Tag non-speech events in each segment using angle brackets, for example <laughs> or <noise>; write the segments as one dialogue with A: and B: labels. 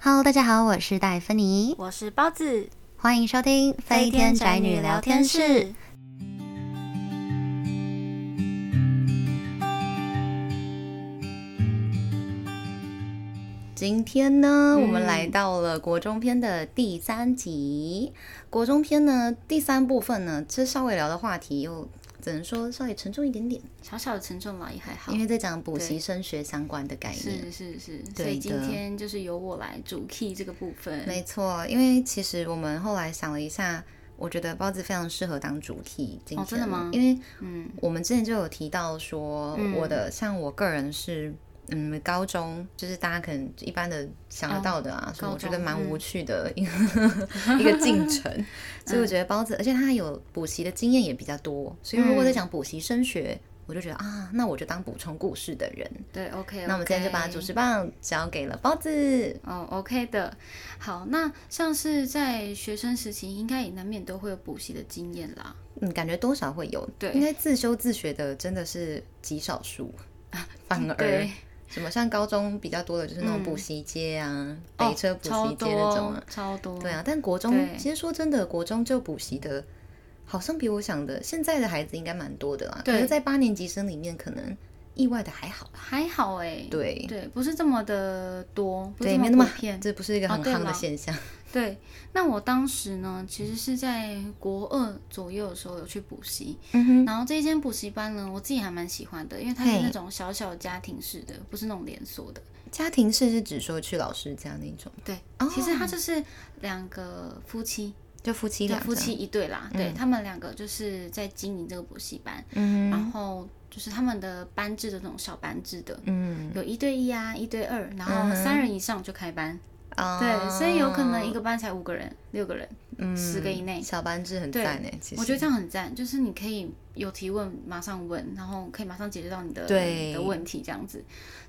A: Hello，大家好，我是戴芬妮，
B: 我是包子，
A: 欢迎收听《飞天宅女聊天室》。今天呢，我们来到了国中篇的第三集。国中篇呢，第三部分呢，其实稍微聊的话题又只能说稍微沉重一点点，
B: 小小的沉重嘛，也还好
A: 因。为在讲补习升学相关的概念。
B: 是是是，
A: 对
B: 所以今
A: 的
B: 天就是由我来主 key 这个部分。
A: 没错，因为其实我们后来想了一下，我觉得包子非常适合当主题。今天、
B: 哦真的吗
A: 因为
B: 嗯
A: 我们之前就有提到说，
B: 嗯
A: 我的像我个人是。嗯，高中就是大家可能一般的想得到的啊，所以我
B: 哦高
A: 觉
B: 中嗯
A: 得蛮无趣的一个、 <laughs> 一个进
B: <laughs>
A: 程，所以
B: 嗯
A: 我觉得包子，而且他有补习的经验也比较多，所以如果
B: 嗯
A: 在讲补习升学，我就觉得啊，那我就当补充故事的人。
B: 对，OK,
A: 那我们今天就把主持棒交给了包子，
B: 哦，OK 的。好，那像是在学生时期，应该也难免都会有补习的经验啦。
A: 嗯，感觉多少会有，
B: 对
A: 应该自修自学的真的是极少数，反而
B: 啊对，
A: 什么像高中比较多的就是那种
B: 嗯
A: 补习街啊、
B: 哦
A: 北车补
B: 超
A: 习街那种
B: 多
A: 啊，，
B: 超多。
A: 对啊，但国中
B: 对
A: 其实说真的，国中就补习的，好像比我想的现在的孩子应该蛮多的啦，可
B: 对
A: 是在八年级生里面可能意外的还好，
B: 还好哎、
A: 对
B: 对，不是这么的多，不是
A: 对，
B: 这
A: 没那么
B: 普遍。
A: 这不是一个
B: 哦
A: 很
B: 对
A: 夯的
B: 啦
A: 现象，
B: 对，那我当时呢，其实是在国二左右的时候有去补习，
A: 嗯哼，
B: 然后这一间补习班呢，我自己还蛮喜欢的，因为它
A: 嘿
B: 是那种小小家庭式的，不是那种连锁的。
A: 家庭式是指说去老师家那种，
B: 对，
A: 哦
B: 其实它就是两个夫妻，
A: 就夫妻
B: 对，
A: 俩
B: 夫
A: 这样
B: 妻，一对啦，对
A: 嗯
B: 他们两个就是在经营这个补习班，
A: 嗯
B: 然
A: 哼，
B: 后就是他们的班制的那种小班制的。
A: 嗯，
B: 有一对一啊，一对二，然
A: 嗯
B: 后
A: 哼
B: 三人以上就开班，
A: 啊嗯
B: 对，所以有可能一个班才五个人、六个人，十个以内
A: 小班制很赞呢，其实
B: 我觉得这样很赞，就是你可以有提问马上问，然后可以马上解决到你的
A: 对
B: 你的问题这样子。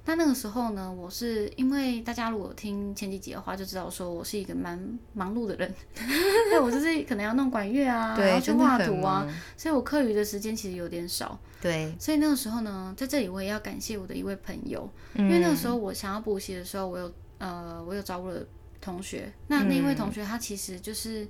B: 那那个时候呢，我是因为大家如果听前几集的话，就知道说我是一个蛮忙碌的
A: <laughs>
B: 人，对我就是可能要弄管乐啊，然
A: 对
B: 后去
A: 真的
B: 画
A: 很
B: 图啊
A: 忙，
B: 所以我课余的时间其实有点少。
A: 对，
B: 所以那个时候呢，在这里我也要感谢我的一位朋友，因为那个时
A: 候
B: 候我想要补习的时候，我有呃，我有找我的同学，那那一
A: 嗯
B: 位同学他其实就是、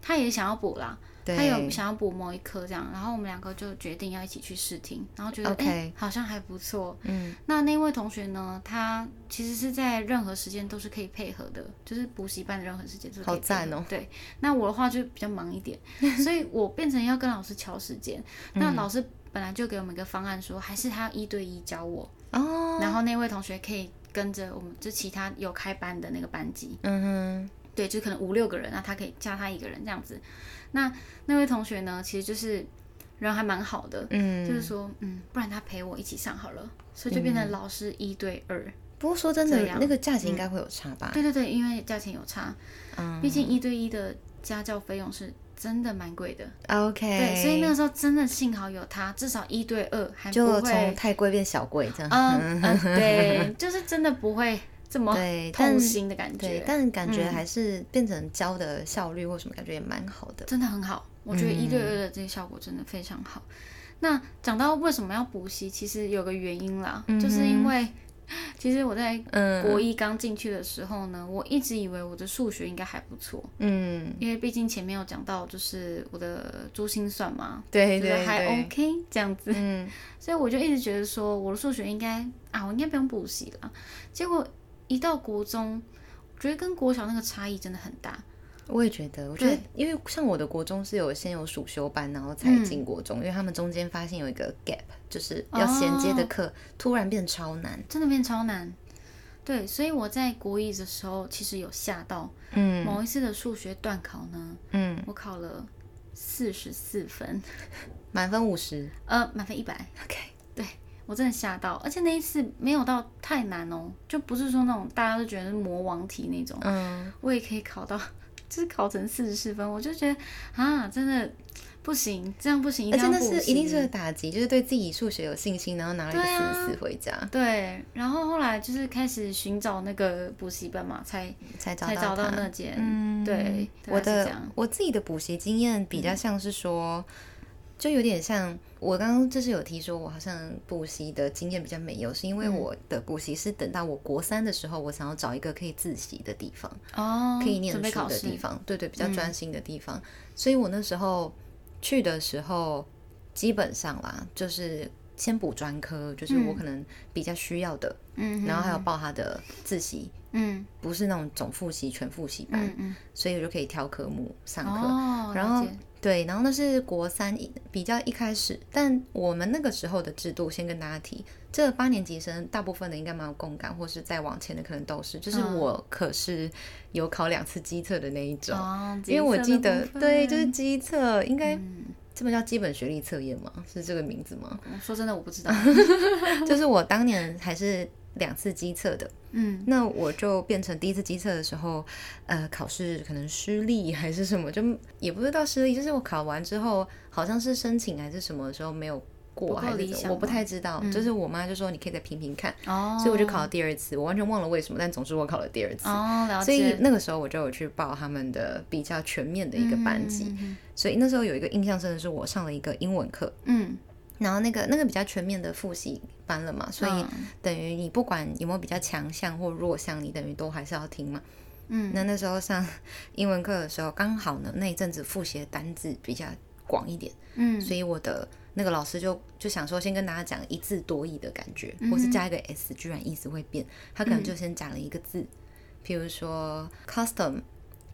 B: 他也想要补啦，
A: 嗯
B: 他有想要补某一科这样，然后我们两个就决定要一起去试听，然后觉得哎
A: OK
B: 好像还不错。
A: 嗯
B: 那那位同学呢，他其实是在任何时间都是可以配合的，就是补习班的任何时间都是可以
A: 好赞
B: 配合
A: 哦
B: 对，那我的话就比较忙
A: <laughs>
B: 一点，所以我变成要跟老师调时间。
A: 嗯
B: 那老师本来就给我们一个方案说，还是他一对一教我，
A: 哦，
B: 然后那位同学可以跟着我们就其他有开班的那个班级，
A: 嗯
B: 对，就可能五六个人，那他可以加他一个人这样子。那那位同学呢，其实就是人还蛮好的
A: 哼，，嗯，
B: 就是说，嗯，不然他陪我一起上好了，所以就
A: 嗯
B: 变成老师一对二。
A: 不过说真的
B: 这，样嗯
A: 那个价钱应该会有差吧？
B: 对对对，因为价钱有差，
A: 啊嗯
B: 毕竟一对一的家教费用是真的蛮贵的。
A: ，OK，
B: 对，所以那个时候真的幸好有他，至少一对二还不
A: 就从
B: 会，
A: 太贵变小贵这样， <laughs>
B: 嗯、呃，对，就是真的不会这么
A: 对但
B: 痛心的感
A: 对
B: 觉，，
A: 但感觉
B: 嗯
A: 还是变成教的效率或什么，感觉也蛮好的。
B: 真的很好。我觉得一对二的这个效果真的非常好。那讲到为什么要补习，其实有个原因啦，就是因为 <laughs> 其实我在
A: 嗯
B: 国一刚进去的时候呢，我一直以为我的数学应该还不错，
A: 嗯，
B: 因为毕竟前面有讲到就是我的珠心算嘛，
A: 对
B: 觉
A: 对
B: 得还
A: 对，
B: OK 这样子，
A: 嗯
B: 所以我就一直觉得说我的数学应该啊，我应该不用补习啦。结果一到国中，我觉得跟国小那个差异真的很大。
A: 我也觉得，我觉得因为像我的国中是有先有暑修班，然后才
B: 嗯
A: 进国中，因为他们中间发现有一个 gap，就是要
B: 哦
A: 衔接的课、突然变超难。
B: 真的变超难。对，所以我在国一的时候，其实有吓到。
A: 嗯
B: 某一次的数学段考呢，
A: 嗯，
B: 我考了四十四分，
A: 满分五十
B: 呃，满分一百，
A: ，OK，
B: 我真的吓到。而且那一次没有到太难哦，就不是说那种大家都觉得是魔王题那种，
A: 嗯，
B: 我也可以考到， <laughs> 就是考成四十四分，我就觉得啊，真的不行，这样不行，一
A: 而且
B: 定要
A: 那
B: 补
A: 是一定
B: 习
A: 是个打击，就是对自己数学有信心，然后拿了一个
B: 对啊
A: 四十四回家，
B: 对。然后后来就是开始寻找那个补习班嘛，才
A: 才找
B: 才找到
A: 它
B: 那间，
A: 嗯
B: 对，
A: 我
B: 大概啊是这
A: 的
B: 样嗯
A: 我自己的补习经验比较像是说，就有点像我刚刚就是有提说，我好像补习的经验比较没有，是因
B: 嗯
A: 为我的补习是等到我国三的时候，我想要找一个可以自习的地方，
B: 哦，
A: 可以念
B: 准备
A: 书
B: 考
A: 的
B: 试嗯
A: 地，方，对对，比较专心的地方。所以我那时候去的时候，基本上啦，就是先补专科，就是我可能比较需要的，
B: 嗯，
A: 然后还有报他的自习，
B: 嗯
A: 不是那种总复习、全复习班，
B: 嗯嗯，
A: 所以我就可以挑科目上课。
B: 哦，
A: 然
B: 了
A: 后
B: 解
A: 对，然后那是国三一比较一开始，但我们那个时候的制度，先跟大家提，这八年级生大部分的应该蛮有共感，或是再往前的可能都是，就是
B: 嗯
A: 我可是有考两次机测的那一种，
B: 哦，
A: 因为我
B: 紫
A: 记
B: 色的
A: 得
B: 部分
A: 对，就是机测，应该、
B: 嗯，
A: 这么叫基本学历测验吗？是这个名字吗？
B: 我嗯说真的我不知
A: <laughs>
B: 道， <laughs>
A: 就是我当年还是两次机测的，
B: 嗯，
A: 那我就变成第一次机测的时候，呃，考试可能失利还是什么，就也不知道失利，就是我考完之后，好像是申请还是什么的时候没有
B: 不
A: 过，
B: 够
A: 还是
B: 理
A: 怎
B: 想
A: 么我不
B: 吗嗯
A: 太知道，就是我妈就说你可以再拼拼看，
B: 哦，
A: 所以我就考了第二次，我完全忘了为什么，但总之我考了第二次。
B: 哦，了
A: 所以
B: 解，
A: 那个时候我就有去报他们的比较全面的一个班级，
B: 嗯，嗯
A: 所以那时候有一个印象深的是我上了一个英文课，
B: 嗯，
A: 然后那个那个比较全面的复习班了嘛，所以
B: 嗯
A: 等于你不管有没有比较强项或弱项，你等于都还是要听嘛。
B: 嗯，
A: 那那时候上 <laughs> 英文课的时候，刚好呢那一阵子复习的单字比较广一点，
B: 嗯
A: 所以我的那个老师就就想说，先跟大家讲一字多义的感觉，
B: 嗯
A: 或是加一个 s，居然意思会变。他可能就先讲了一个字，譬如说 custom、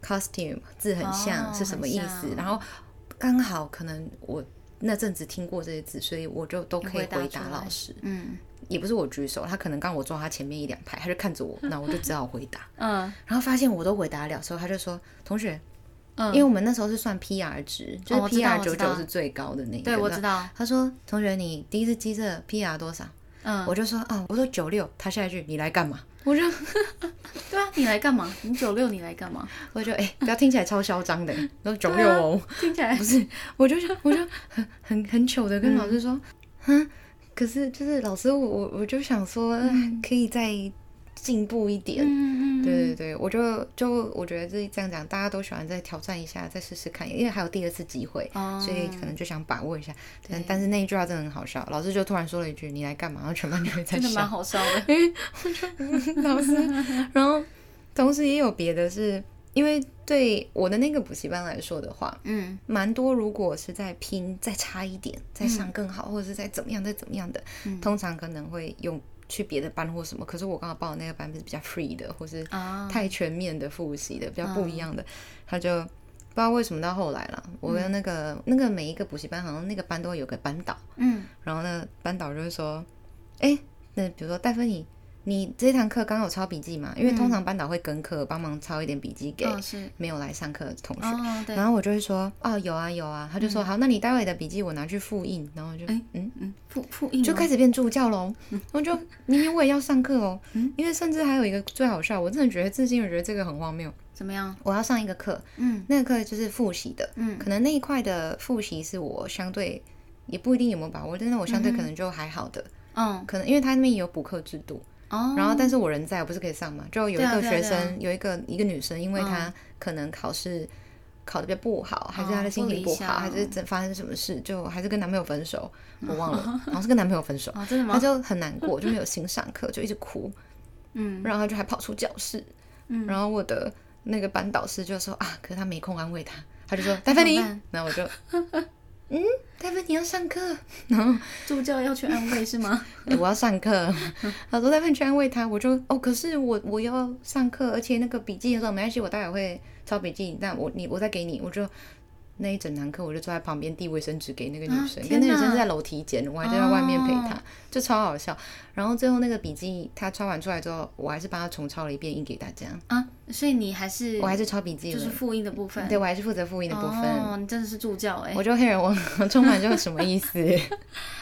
A: costume 字很像、
B: 哦
A: 是什么
B: 很
A: 意思，
B: 像
A: 然后刚好可能我那阵子听过这些字，所以我就都可以
B: 回答
A: 回
B: 出
A: 答
B: 来
A: 老师。
B: 嗯
A: 也不是我举手，他可能刚好我坐他前面一两排，他就看着我，那我就只好回答。
B: 嗯
A: 然后发现我都回答得了之后，他就说：“同学，
B: 嗯，
A: 因为我们那时候是算 PR 值，就是
B: 哦我知道
A: PR 九
B: 我知道
A: 九是最高的那个。”
B: 对我知。
A: <laughs>
B: 道，
A: 他说：“同学，你第一次机测 PR 多少？”
B: 嗯，
A: 我就说：“啊，我说九六。”他下一句：“你来干嘛
B: 我就 <laughs> 对啊，你来干嘛？你九六你来干嘛？？”
A: 我
B: <laughs>
A: 就哎、不要听起来超嚣张的、欸，我说九
B: 啊
A: 六哦，
B: 听起来
A: 不是，我就想，我就很很很糗
B: 嗯
A: 的跟老师说：“哼、可是就是老师我，我我就想说，嗯可以再进步一点。
B: 嗯嗯嗯，
A: 对对对，我就就我觉得自己这样讲，大家都喜欢再挑战一下，再试试看，因为还有第二次机会，
B: 哦
A: 所以可能就想把握一下。但但是那一句话真的很好笑，老师就突然说了一句：“你来干嘛？”然后全班就会在
B: 真的蛮
A: 笑。
B: 好笑的，
A: <laughs> 老师，然后同时也有别的是，因为对我的那个补习班来说的话，
B: 嗯
A: 蛮多如果是在拼再差一点，再上更好，或者是再怎么样再怎么样的，
B: 嗯
A: 通常可能会用去别的班或什么。可是我刚好报的那个班是比较 free 的，或是
B: 啊，嗯
A: 太全面的复习的，比较不一样的，他就不知道为什么到后来了，我
B: 嗯
A: 跟那个、那个每一个补习班好像那个班都会有个班导，
B: 嗯
A: 然后那个班导就会说，哎、那比如说戴芬妮，你这堂课刚刚有抄笔记吗？因为通常班导会跟课帮忙抄一点笔记给
B: 嗯哦是
A: 没有来上课的同学。
B: 哦对，嗯
A: 然后我就会说，哦，有啊有啊，他就说、好，那你待会的笔记我拿去复印，然后我就、
B: 哎
A: 嗯，
B: 嗯复复印
A: 就
B: 吗
A: 开始变助教喽。我就明明我也要上课哦，
B: 嗯
A: 因为甚至还有一个最好笑，我真的觉得至今我觉得这个很荒谬。
B: 怎么样？
A: 我要上一个课，
B: 嗯
A: 那个课就是复习的，
B: 嗯
A: 可能那一块的复习是我相对也不一定有没有把握，但是我相对可能就还好的，
B: 嗯
A: 可能因为他那边也有补课制度，
B: 哦，
A: 然后但是我人在，我不是可以上嘛？就有一
B: 对啊
A: 个
B: 对啊
A: 学
B: 对啊嗯
A: 生，有一个一个女生，因为她可能考试考的比较不好，还是她的
B: 哦
A: 心
B: 不
A: 情
B: 理
A: 不好，
B: 想
A: 还是怎发生什么事，就还是跟男朋友分
B: <laughs>
A: 手，我忘了，好像是跟男朋友分手，
B: 哦真的
A: 她
B: 吗？
A: 就很难过，就没有心上
B: <laughs>
A: 课，就一直哭，
B: 嗯
A: 然后她就还跑出教室，
B: 嗯，
A: 然后我的那个班导师就说啊，可是他没空安慰她，他
B: <laughs>
A: 就说戴芬妮
B: 怎么办，
A: 然后我就嗯，戴芬妮要上课，
B: 助教要去安慰是吗？
A: 欸我要上课。 <laughs> 他说在饭去安慰他，我就哦，可是我我要上课，而且那个笔记的时候没关系，我待会会抄笔记，但我你我再给你，我就。那一整堂课，我就坐在旁边递卫生纸给那个女
B: 啊
A: 生，跟
B: 天
A: 那女生
B: 哪
A: 是在楼梯间，我还在外面陪她，
B: 哦
A: 就超好笑。然后最后那个笔记她抄完出来之后，我还是帮她重抄了一遍印给大家，
B: 啊，所以你还是
A: 我还是抄笔记
B: 就
A: 了，
B: 是复印的部分，
A: 对我还是负责复印的部分。
B: 哦，你真的是助教哎
A: 我就黑人问，充满就是什么意
B: <laughs>
A: 思？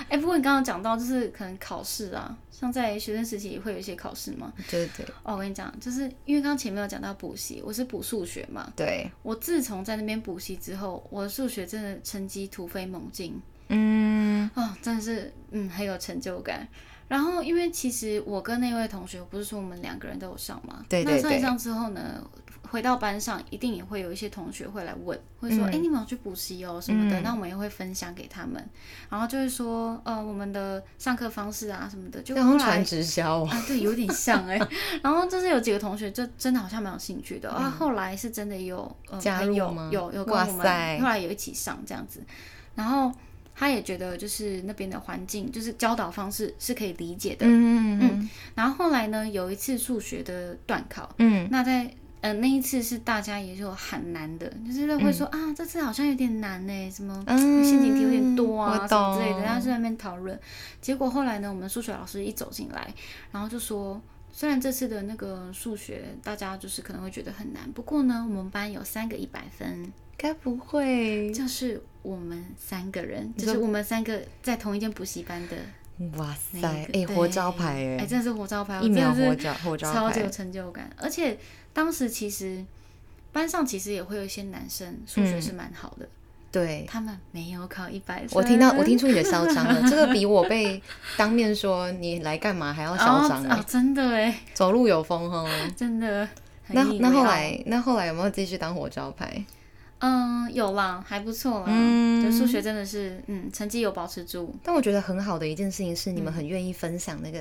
B: 哎，不过你刚刚讲到就是可能考试啊，像在学生时期也会有一些考试嘛。
A: 对对
B: 哦，我跟你讲，就是因为刚刚前面有讲到补习，我是补数学嘛。
A: 对，
B: 我自从在那边补习之后，我的数学真的成绩突飞猛进
A: 嗯
B: 哦，真的是嗯很有成就感。然后因为其实我跟那位同学，不是说我们两个人都有上嘛，
A: 对对
B: 那上
A: 对
B: 一上之后呢，回到班上，一定也会有一些同学会来问，会
A: 嗯
B: 说：“哎、诶你们有去补习哦什么的。那我们也会分享给他们，然后就会说：“呃，我们的上课方式啊什么的。”就
A: 这样
B: 后来
A: 传直销哦，
B: 啊，对，有点像哎、 <laughs> 然后就是有几个同学就真的好像蛮有兴趣的，啊，后来是真的也有、
A: 嗯
B: 呃、
A: 加入
B: 朋友
A: 吗
B: 有有跟
A: 哇
B: 我
A: 塞
B: 们后来有一起上这样子，然后他也觉得就是那边的环境就是教导方式是可以理解的。
A: 嗯嗯
B: 然后后来呢，有一次数学的段考，
A: 嗯
B: 那在呃那一次是大家也就喊难的，就是会说、啊这次好像有点难呢、欸什么
A: 嗯
B: 陷阱题有点多啊
A: 我
B: 什么之类的，
A: 懂
B: 大家就在那边讨论。结果后来呢，我们数学老师一走进来，然后就说。虽然这次的那个数学，大家就是可能会觉得很难，不过呢，我们班有三个一百分，
A: 该不会
B: 就是我们三个人，就是我们三个在同一间补习班的
A: 哇塞，
B: 那一个
A: 哎，
B: 对
A: 活招牌
B: 哎、
A: 哎，
B: 真的是活招牌，我
A: 一秒
B: 真的是
A: 活招活招
B: 超级有
A: 牌，
B: 成就感。而且当时其实班上其实也会有一些男生数学是蛮好的，
A: 对。
B: 他们没有考一百分。
A: 我听到，我听出你的嚣张
B: <laughs>
A: 了，这个比我被当面说你来干嘛还要嚣张
B: 哦哎
A: 哎
B: 哦，真的哎，
A: 走路有风哦。
B: 真的。很
A: 那
B: 引以
A: 那
B: 为
A: 后
B: 傲，
A: 来，那后来有没有继续当活招牌？
B: 嗯，有啦，还不错啦。
A: 嗯
B: 就数学真的是，嗯，成绩有保持住。
A: 但我觉得很好的一件事情是，你
B: 嗯
A: 们很愿意分享那个、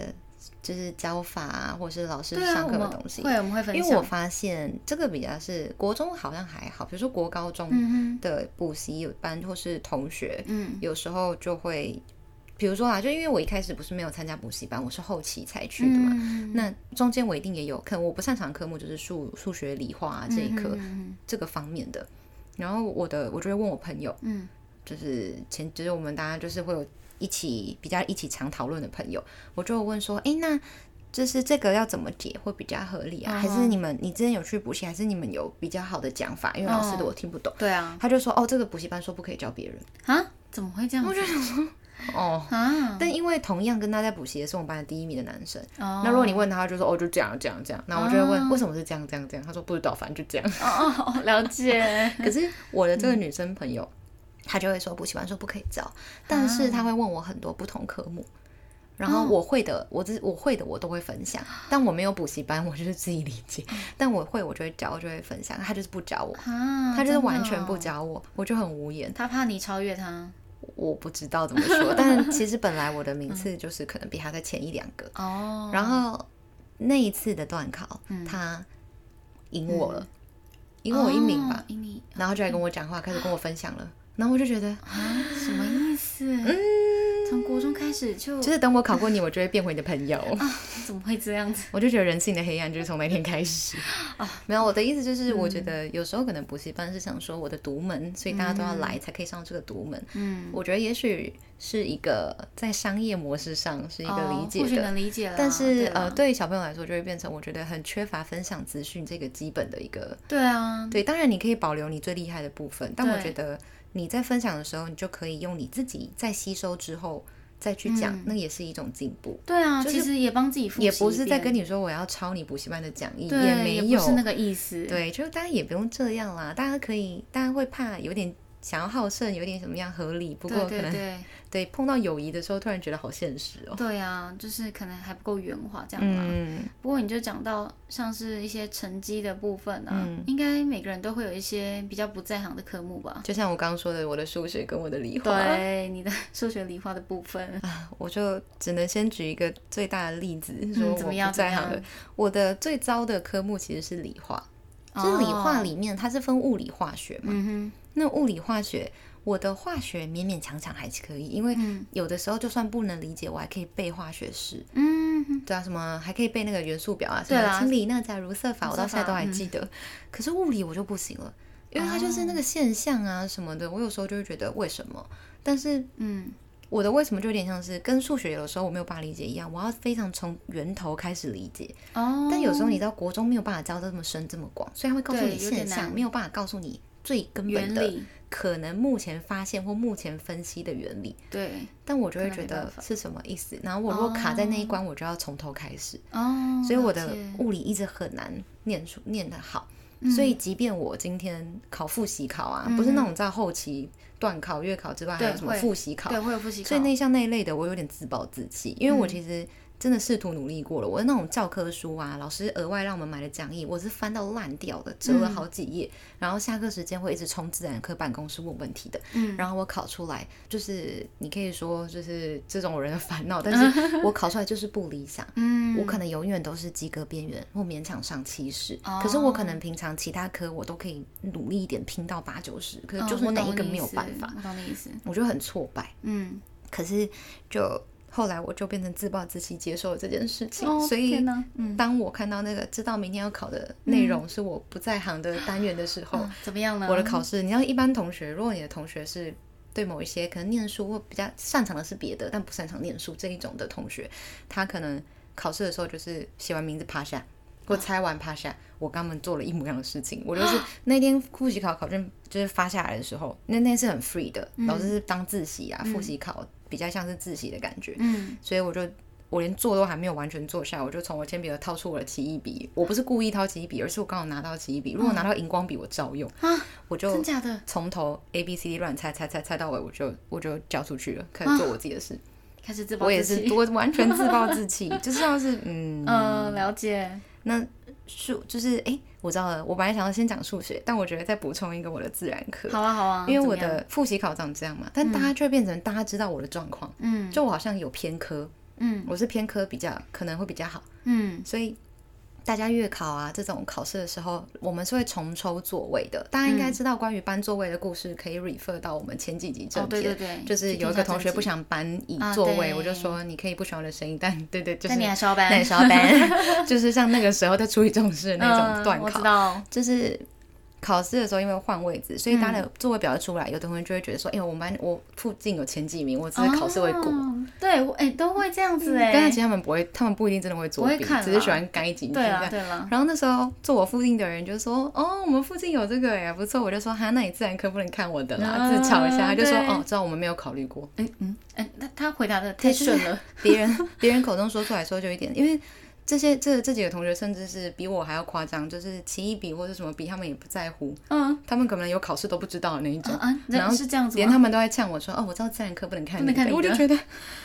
A: 就是教法啊，或是老师
B: 对啊，
A: 上
B: 我
A: 课的
B: 们
A: 东西。
B: 会我们会分
A: 因
B: 享。
A: 为我发现这个比较是国中好像还好，比如说国高中
B: 嗯
A: 的补习有班或是同学，
B: 哼，嗯
A: 有时候就会，比如说啊，就因为我一开始不是没有参加补习班，我是后期才去的嘛。
B: 嗯
A: 那中间我一定也有，可能我不擅长科目就是数数学、理化、啊、这一科、
B: 嗯嗯
A: 这个方面的。然后我的我就会问我朋友，
B: 嗯
A: 就是前就是我们大家就是会有一起比较一起常讨论的朋友，我就有问说，诶，那就是这个要怎么解会比较合理啊？
B: 嗯哼
A: 还是你们你之前有去补习，还是你们有比较好的讲法？因为老师的
B: 哦
A: 我听不懂。
B: 嗯对啊，
A: 他就说，哦，这个补习班说不可以教别人。
B: 啊，怎么会这样子？我就想 <laughs> 说，
A: 哦， <laughs>
B: 啊，
A: 但因为同样跟他在补习的是我们班的第一名的男生。
B: 哦
A: 那如果你问他，他就说哦，就这样这样这样。那我就会问、
B: 哦
A: 为什么是这样这样这样？他说不知道，反正就这样。
B: 哦哦，了解。
A: <laughs> 可是我的这个女生朋友，她就会说补习班说不可以
B: 啊
A: 教，但是她会问我很多不同科目，然后
B: 哦
A: 我会的，我自我会的我都会分享，但我没有补习班，我就是自己理解，
B: 嗯
A: 但我会我就会教，我就会分享，她就是不教我。
B: 啊，
A: 她就是
B: 真的
A: 完全不
B: 哦
A: 教我，我就很无言，
B: 他怕你超越他
A: 我不知道怎么说。
B: <laughs>
A: 但其实本来我的名
B: 嗯
A: 次就是可能比她再前一两个，
B: 哦，
A: 然后那一次的段考，
B: 嗯
A: 她赢我了，赢我一名吧
B: 哦，，赢啊你
A: 然后就来跟我讲话，开始跟我分享了。然后我就觉得，
B: 啊？什么意思？从国中开始就
A: 嗯就是等我考过你，我就会变回你的朋友。
B: 怎么会这样子？
A: 我就觉得人性的黑暗就是从那天开
B: <laughs>
A: 始。
B: 啊
A: 没有，我的意思就是，我觉
B: 嗯
A: 得有时候可能补习班是想说我的独门，所以大家都要来才可以上这个独门。
B: 嗯，
A: 我觉得也许是一个在商业模式上是一个
B: 哦
A: 理解
B: 或许
A: 的。
B: 能理解了，
A: 但是呃，
B: 哦对啦啊
A: 对小朋友来说，就会变成我觉得很缺乏分享资讯这个基本的一个
B: 对啊，
A: 对，当然你可以保留你最厉害的部分，但我
B: 对
A: 觉得你在分享的时候，你就可以用你自己在吸收之后再去讲，那也是一种进步。
B: 对啊，
A: 就
B: 其实也帮自嗯己复习一
A: 也
B: 遍，
A: 不是在跟你说我要抄你补习班的讲义，
B: 对，
A: 没
B: 不
A: 有，
B: 是那个意思，
A: 对，就是大家也不用这样啦，大家可以，大家会怕有点想要好胜，有点什么样合理，不
B: 对，
A: 过可能
B: 对对
A: 对碰到友谊的时候，突然觉得好现实哦。
B: 对啊，就是可能还不够圆滑这样啦。
A: 嗯，
B: 不过你就讲到像是一些成绩的部分啊
A: 嗯，
B: 应该每个人都会有一些比较不在行的科目吧？
A: 就像我刚刚说的，我的数学跟我的理化，
B: 对你的数学理化的部分，
A: 啊我就只能先举一个最大的例子，说
B: 嗯
A: 我
B: 怎
A: 不
B: 么样
A: 在
B: 怎么
A: 行
B: 样
A: 的。我的最糟的科目其实是理化， <laughs>
B: 哦
A: 就是理化里面它是分物理化学嘛。
B: 嗯
A: 那物理化学，我的化学勉勉强强还是可以，因为
B: 嗯
A: 有的时候就算不能理解，我还可以背化学式。
B: 哼，嗯哼，
A: 对啊，什么还可以背那个元素表啊，什
B: 对
A: 么
B: 啦
A: 氢锂钠钾如瑟法，我到现在都还
B: 嗯
A: 记得。可是物理我就不行了，因为它就是那个现象啊什么的，我有时候就会觉得为什么？但是
B: 嗯，
A: 我的为什么就有点像是跟数学有的时候我没有办法理解一样，我要非常从源头开始理解。
B: 哦，
A: 但有时候你到国中没有办法教的这么深这么广，所以他会告诉你
B: 对有点
A: 现象，
B: 难
A: 没有办法告诉你最根本
B: 原
A: 的
B: 理，
A: 可能目前发现或目前分析的原理。
B: 对，
A: 但我就会
B: 可能
A: 觉
B: 没办
A: 得
B: 法
A: 是什么意思，然后我如果卡在那一关，我就要从头开始。
B: 哦，
A: 所以我
B: 了
A: 的
B: 解嗯
A: 物理一直很难念出念得好。所以，即便我今天考复习考啊，不是那种在后期段考、月考之外，还有
B: 对
A: 什么
B: 会
A: 复习考，
B: 对会有复习考，嗯
A: 所以那像那一类的，我有点自暴自弃，因为我其实真的试图努力过了。我的那种教科书啊，老师额外让我们买的讲义，我是翻到烂掉的，折
B: 嗯
A: 了好几页。然后下课时间会一直冲自然课办公室问问题的。
B: 嗯
A: 然后我考出来，就是你可以说就是这种人的烦恼，但是我考出来就是不理想。
B: 嗯，
A: 我可能永远都是及格边缘或勉强上七十，
B: 哦
A: 可是我可能平常其他科我都可以努力一点拼到八九十，
B: 哦
A: 可是就是哪一个没有办法，
B: 我懂你意思。
A: 我就很挫败。
B: 嗯，
A: 可是就后来我就变成自暴自弃，接受了这件事情，
B: 哦
A: 所以
B: 天哪嗯
A: 当我看到那个知道明天要考的内容是我不在行的单元的时候，
B: 哦，怎么样呢？
A: 我的考试，你知道一般同学，如果你的同学是对某一些可能念书或比较擅长的是别的，但不擅长念书这一种的同学，他可能考试的时候就是写完名字趴下。或猜完趴下，我跟他们做了一模一样的事情。我就是
B: 啊
A: 那天复习考考卷就是发下来的时候，那那是很 free 的，老
B: 嗯
A: 师是当自习啊，复习考比较像是自习的感觉。
B: 嗯，
A: 所以我就我连坐都还没有完全坐下，我就从我铅笔盒掏出我的奇异笔。我不是故意掏奇异笔，而是我刚好拿到奇异笔。如果拿到荧光笔，我照用。
B: 嗯啊，
A: 我就
B: 真假的？
A: 从头 A B C D 乱猜猜猜猜到尾，我就我就交出去了，开始做我自己的事。
B: 开始啊自暴
A: 我也
B: 自
A: 是
B: 弃。
A: 我完全自暴自弃， <laughs> 就像是嗯，
B: 嗯，了解。
A: 那数就是诶，我知道了。我本来想要先讲数学，但我觉得再补充一个我的自然课，
B: 好啊，好啊。
A: 因为我
B: 怎么样
A: 的复习考长这样嘛，但大家却变成大家知道我的状况，
B: 嗯
A: 就我好像有偏科，
B: 嗯
A: 我是偏科比较可能会比较好。
B: 嗯
A: 所以大家月考啊这种考试的时候，我们是会重抽座位的。大家
B: 嗯
A: 应该知道关于搬座位的故事，可以 refer 到我们前几集正
B: 哦，
A: 片。
B: 对对对，
A: 就是有一个同学不
B: 想，
A: 想搬椅
B: 啊
A: 座位，
B: 对
A: 我就说你可以不喜欢我的声音，但对对，就是
B: 但你还是要
A: 那
B: 班
A: 也是
B: <laughs>
A: 要搬，就是像那个时候在处理这种事的那种
B: 嗯
A: 断
B: 我
A: 考
B: 知，道。
A: 就是考试的时候因为换位置，所以大家
B: 嗯
A: 的座位表出来，有的同学就会觉得说，哎、我们班我附近有前几名，我只是考试会过。
B: 哦对，我哎、都会这样子哎、
A: 但是其实他们不会，他们不一定真的会作弊，
B: 不会看啦
A: 只是喜欢该进去这
B: 对啊
A: 样
B: 啦，。对啦，
A: 然后那时候坐我附近的人就说：“哦，我们附近有这个哎，不错。”我就说：“哈，那你自然科不能看我的啦，
B: 啊
A: 自嘲一下。”他就说：“
B: 对
A: 哦，知道我们没有考虑过。
B: 嗯嗯，哎、他他回答的太顺了，”
A: 别人别人口中说出来说就一点，因为这些这这几个同学甚至是比我还要夸张，就是奇异笔或者什么笔，他们也不在乎，
B: 嗯
A: 他们可能有考试都不知道的那一种
B: 嗯。嗯，
A: 然后
B: 人是这样子
A: 连
B: 吗？
A: 他们都在呛我说：“哦，我知道自然科不能看你
B: 不能
A: 的，
B: 看你
A: 我就
B: 的
A: 觉得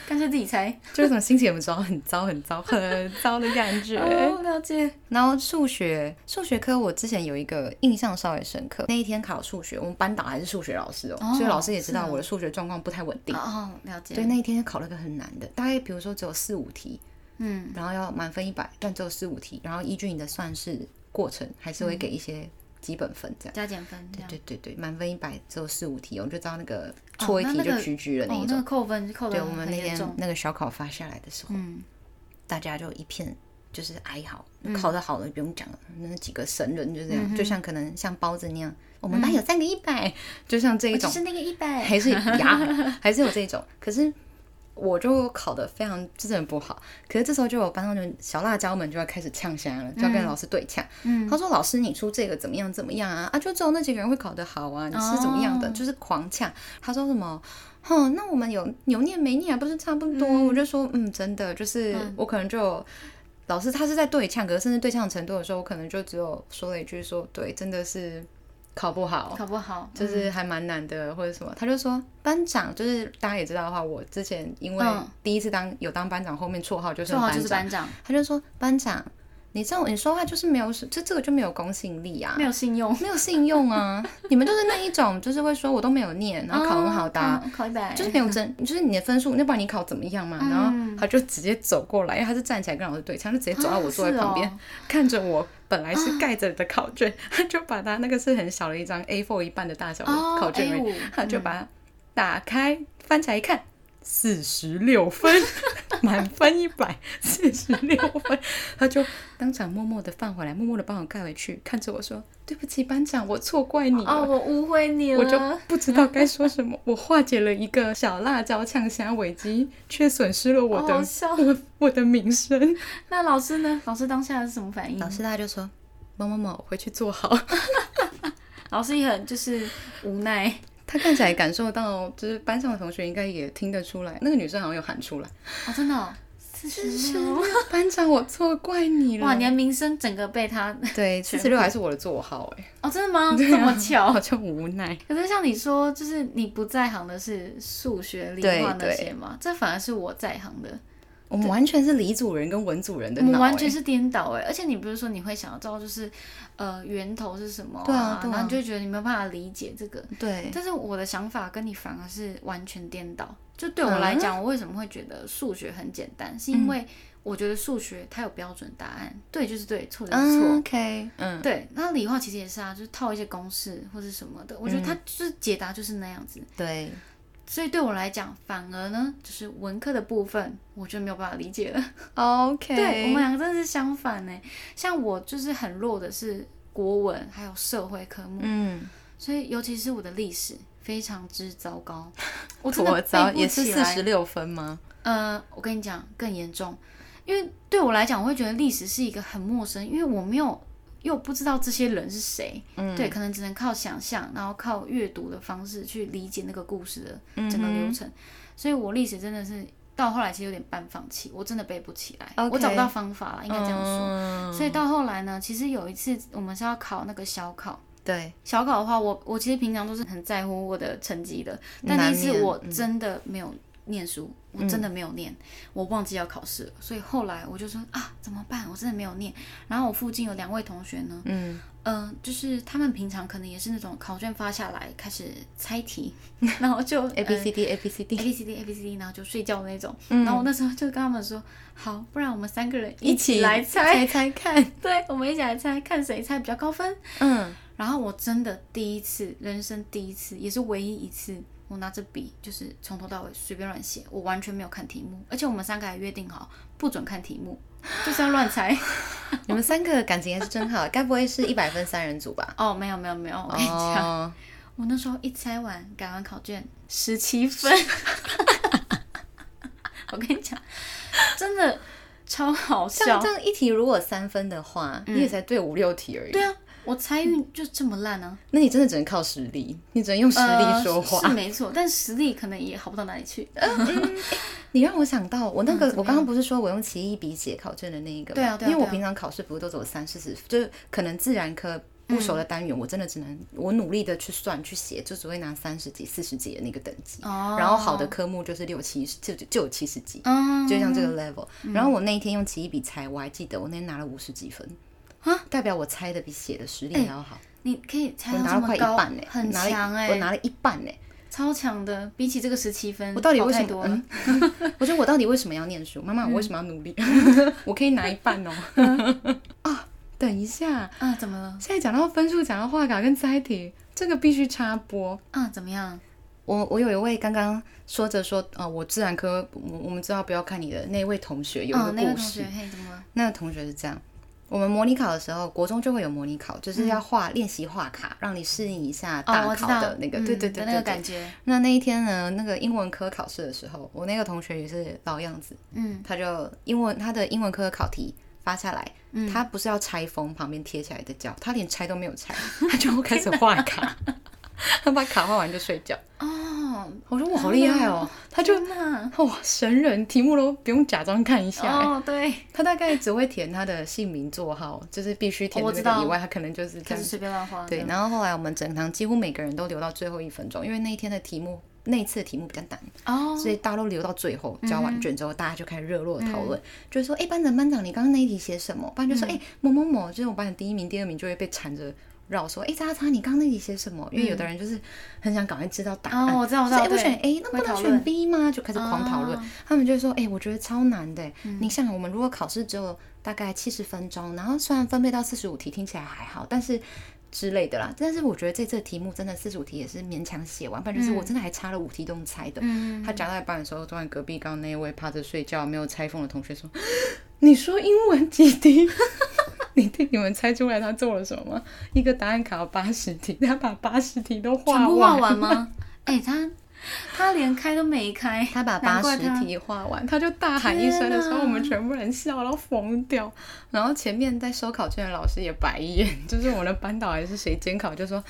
B: 干脆自己猜。
A: 就是种心情很糟，很糟，很糟，很糟的感觉。
B: <laughs> 哦，了解。
A: 然后数学数学科，我之前有一个印象稍微深刻。那一天考数学，我们班导还是数学老师哦，
B: 哦
A: 所以老师也知
B: 是
A: 道
B: 哦
A: 我的数学状况不太稳定。
B: 哦，了解。
A: 对，那一天考了个很难的，大概比如说只有四五题，
B: 嗯
A: 然后要满分一百，但只有四五题，然后依据你的算式过程，还是会给一些基本分这样。
B: 加减分这样。
A: 对对对，满分一百只有四五题哦，我就知道那个
B: 哦
A: 错一
B: 那
A: 题
B: 那
A: 就
B: 个
A: 居居的那
B: 哦
A: 一，
B: 那
A: 种。
B: 个扣分扣
A: 对，
B: 的
A: 我们
B: 很
A: 那
B: 严
A: 天
B: 重。
A: 那个小考发下来的时候，
B: 嗯，
A: 大家就一片就是哀嚎，嗯考得好的不用讲了，那几个神人就这
B: 嗯
A: 样，就像可能像包子那样，我们班有三个一百，就像这一
B: 我就
A: 种，
B: 是那个一百。
A: 还
B: <laughs>
A: 是呀，还是有这种，可是。我就考得非常真的很不好，可是这时候就有班上就小辣椒们就要开始呛虾了，就要跟老师对呛。
B: 嗯
A: 他说：“老师，你出这个怎么样怎么样啊？啊，就只有那几个人会考得好啊，你是怎么样的？”
B: 哦
A: 就是狂呛。他说什么？哼，那我们有有念没念还不是差不多？我就说，嗯，真的，就是
B: 嗯
A: 我可能就。老师他是在对呛，可是甚至对呛程度的时候，我可能就只有说了一句说对，真的是考不好，
B: 考不好，
A: 就是还蛮难的或者什么。他就说班长，就是大家也知道的话，我之前因为
B: 嗯
A: 第一次当有当班长，后面绰号就是
B: 说好哦就
A: 班
B: 是
A: 长，
B: 班长，
A: 他就说班长，你这种你说话就是没有这这个就没有公信力啊
B: 没。有信用，
A: 没有信用啊！ <laughs> 你们就是那一种，就是会说我都没有念，然后考很好的啊、
B: 哦，考一百，
A: 就是没有真，就是你的分数，那不然你考怎么样嘛？然
B: 嗯
A: 后他就直接走过来，因为他是站起来跟老师对枪，就直接走到我座位旁边，
B: 啊
A: <laughs> 看着我本来是盖着的考卷，他就把他那个是很小的一张 A4 一半的大小的
B: 哦
A: 考卷而已，
B: A5
A: 他就把它打开、翻起来一看，四十六分， <laughs> 满分一百，四十六分，他就当场默默的放回来，默默的帮我盖回去，看着我说：“对不起，班长，我错怪你
B: 哦，哦
A: 了。
B: 我误会你
A: 我就
B: 了，
A: 不知道该说什么， <laughs> 我化解了一个小辣椒呛虾危机，却损失了我的、
B: 好好
A: <laughs>
B: 笑
A: 我我的名声。
B: 那老师呢？老师当下是什么反应？
A: 老师他就说：“某某某，回去坐好。”
B: 老师也很就是无奈，
A: <laughs> 他看起来感受到，就是班上的同学应该也听得出来，那个女生好像有喊 <laughs> 出来
B: 哦，真的、哦，四十六，：“
A: 班长，我错怪你了。”
B: 哇，你的名声整个
A: <laughs>
B: 被他，
A: 对四十六还是我的座号哎、
B: 哦，真的吗？这
A: <laughs>
B: 么巧。
A: 好像无奈。
B: 可是像你说，就是你不在行的是数学、理
A: 对
B: 化那
A: 对
B: 些嘛，这反而是我在行的。
A: 我们完全是理组人跟文组人的
B: 我
A: 脑、
B: 们
A: 欸，
B: 完全是颠倒哎、而且你不是说你会想要知道就是呃源头是什么、
A: 对啊对啊
B: 然后你就觉得你没有办法理解这个。
A: 对，
B: 但是我的想法跟你反而是完全颠倒。就对我来
A: 嗯
B: 讲，我为什么会觉得数学很简单，是因为我觉得数学它有标准答案，对就是对，错就是错。
A: 嗯，OK，嗯，
B: 对，那理化其实也是啊，就是套一些公式或是什么的，我觉得
A: 嗯
B: 它就是解答就是那样子。
A: 对，
B: 所以对我来讲，反而呢，就是文科的部分，我就没有办法理解了。
A: OK，
B: 对我们两个真的是相反呢。像我就是很弱的是国文还有社会科目，
A: 嗯，
B: 所以尤其是我的历史非常之糟
A: <laughs>
B: 糕，我真的
A: 我糟
B: 背不
A: 也是
B: 起
A: 四
B: 来
A: 十六分吗？
B: 呃，我跟你讲更严重，因为对我来讲，我会觉得历史是一个很陌生，因为我没有又不知道这些人是谁，
A: 嗯
B: 对，可能只能靠想象，然后靠阅读的方式去理解那个故事的整个
A: 嗯哼
B: 流程，所以我历史真的是到后来其实有点半放弃，我真的背不起来
A: OK
B: 我找不到方法了，应该这样说。
A: 嗯
B: 所以到后来呢，其实有一次我们是要考那个小考，
A: 对，
B: 小考的话，我我其实平常都是很在乎我的成绩的，但
A: 嗯
B: 那
A: 难
B: 一次
A: 免
B: 我真的没有念书，我真的没有
A: 嗯
B: 念，我忘记要考试了，所以后来我就说啊，怎么办？我真的没有念。然后我附近有两位同学呢，
A: 嗯，
B: 嗯、就是他们平常可能也是那种考卷发下来开始猜
A: <laughs>
B: 题，然后就呃
A: A B C D A B C
B: A
A: D，嗯
B: B C D A B C D，然后就睡觉的那种。然后哎我那时候就跟他们说，好，不然我们三个人一起来猜，
A: <laughs> 猜猜
B: <laughs>
A: 看，
B: 对，我们一起来猜，看谁猜比较高分。
A: 嗯，
B: 然后我真的第一次，人生第一次，也是唯一一次，我拿着笔就是从头到尾随便乱写，我完全没有看题目，而且我们三个还约定好不准看题目， <laughs> 就是要乱猜。
A: 你们三个感情还是真好，该不会是一百分三人组
B: <laughs>
A: 吧？
B: 哦，没有没有没有，我跟你讲，
A: 哦，
B: 我那时候一猜完，改完考卷十七分， <laughs> 我跟你讲，真的超好
A: 这样
B: 笑嗯
A: 这。样一题如果三分的话，你也才对五六题而已。
B: 对啊，我猜运就这么烂啊，
A: 那你真的只能靠实力，你只能用实力说话。
B: 呃、是没错，但实力可能也好不到哪里去。
A: 你让我想到我那个，
B: 嗯怎么样
A: 我刚刚不是说我用奇异笔写考卷的那一个吗
B: 对啊对啊
A: 因为我
B: 对啊
A: 平常考试不是都走三四十，就是可能自然科不
B: 嗯
A: 熟的单元，我真的只能我努力的去算去写，就只会拿三十几、四十几的那个等级。
B: 哦
A: 然后好的科目就是六七十，就就就有七十几，
B: 嗯，
A: 就像这个 level。然后我那一天用奇异笔猜，我还记得我那天拿了五十几分。代表我猜的比写的实力还要好，
B: 你可以啊哎猜
A: 我
B: 到
A: 拿
B: 这
A: 了快
B: 么
A: 一
B: 高，
A: 半呢、
B: 很
A: 拿了一
B: 强哎、
A: 我拿了一半呢、
B: 超强的，比起这个十七分，
A: 我到底
B: 好
A: 为
B: 太
A: 什
B: 多
A: 么？
B: 了？
A: 嗯，我觉得我到底为什么要念书？妈妈，我为什么要努力？我可以拿一半哦。啊，等一下，
B: 啊，怎么了？
A: 现在讲到分数，讲到画稿跟猜题，这个必须插播。
B: 啊，怎么样？
A: 我我有一位刚刚说着说，呃，我自然科，我我们知道不要看你的那位同学有一
B: 哦，那位
A: 故
B: 同
A: 事
B: 学，。嘿，怎么了？
A: 那个同学是这样，我们模拟考的时候，国中就会有模拟考，就是要画练习画卡，让你适应一下
B: 哦，
A: 啊大
B: 我知
A: 考
B: 道
A: 的那个，
B: 嗯
A: 对对对对
B: 的那个
A: 对
B: 感觉，
A: 那那一天呢，那个英文科考试的时候，我那个同学也是老样子，
B: 嗯，
A: 他就英文他的英文科考题发下来，
B: 嗯
A: 他不是要拆封旁边贴起来的胶，他连拆都没有拆， <laughs> 他就开始画卡， <laughs> 他把卡画完就睡觉。
B: 哦，
A: 我说我好厉害哦，他就
B: 那，
A: 哇神人，题目都不用假装看一下、
B: 哦，对，
A: 他大概只会填他的姓名、座号，就是必须填
B: 哦我
A: 的
B: 知
A: 那
B: 道
A: 个以外，他可能就是这
B: 开
A: 样
B: 始随便乱画，
A: 对，，然后后来我们整堂几乎每个人都留到最后一分钟，因为那一天的题目，那一次的题目比较难，
B: 哦，
A: 所以大家都留到最后交完卷之后，大家就开始热络地讨论，就是说，哎、班长班长，你刚刚那一题写什么？班长就说，哎、某某某，就是我班的第一名、第二名就会被缠着。绕说，哎、叉叉，你刚刚那题写什么？因为有的人就是很想赶快知道答案，
B: 哦我知道我知道
A: 就是哎我选
B: 对
A: A，那不
B: 会
A: 能
B: 讨论哦
A: 选 B 吗？就开始狂讨论。他们就会说，哎、我觉得超难的。
B: 嗯
A: 你想，我们如果考试只有大概七十分钟，然后虽然分配到四十五题，听起来还好，但是之类的啦。但是我觉得这次的题目真的四十五题也是勉强写完，不然就是我真的还差了五题都能猜的。
B: 嗯，
A: 他讲到一半的时候，突然隔壁刚刚那位趴着睡觉没有拆封的同学说：“ <gasps> 你说英文几题？” <laughs> 你听你们猜出来他做了什么吗？一个答案卡八十题，他把八十题都画
B: 全
A: 完，
B: 部画
A: <laughs>
B: 完吗？哎，他他连开都没开，
A: 他把八
B: 难怪
A: 十
B: 他
A: 题画完，他就大喊一声的时
B: 天
A: 候，
B: 哪
A: 我们全部人笑到疯掉。然后前面在收考卷的老师也白眼，就是我们的班导还是谁监考就说。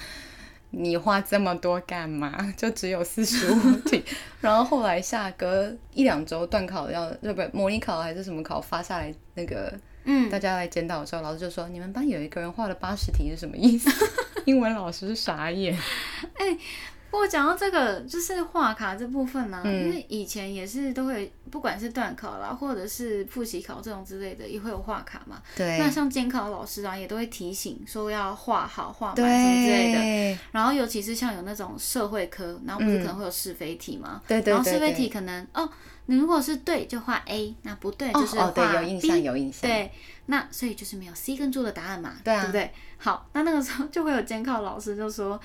A: 你画这么多干嘛？ <laughs> 就只有四十五题， <laughs> 然后后来下隔一两周段考要对不模拟考还是什么考发下来那个
B: 嗯，
A: 大家来检讨的时候，老师就说你们 <laughs> 班有一个人画了八十题是什么意思？英文老师傻眼。
B: 不过讲到这个，就是画卡这部分呢、啊
A: 嗯
B: 因为以前也是都会，不管是段考啦，或者是复习考这种之类的，也会有画卡嘛。
A: 对
B: 那像监考老师啊，也都会提醒说要画好、画满什么之类的。
A: 对
B: 然后尤其是像有那种社会科，然后不是可能会有是非题吗？
A: 对对
B: 然后是非
A: 对
B: 题
A: 对，
B: 可能哦，你如果是对就画 A，那不对
A: 哦
B: 就是画
A: 哦
B: B、
A: 对，有印象有印象，
B: 对，那所以就是没有 C 跟住的答案嘛，
A: 对啊
B: 不对？好，那那个时候就会有监考老师就说，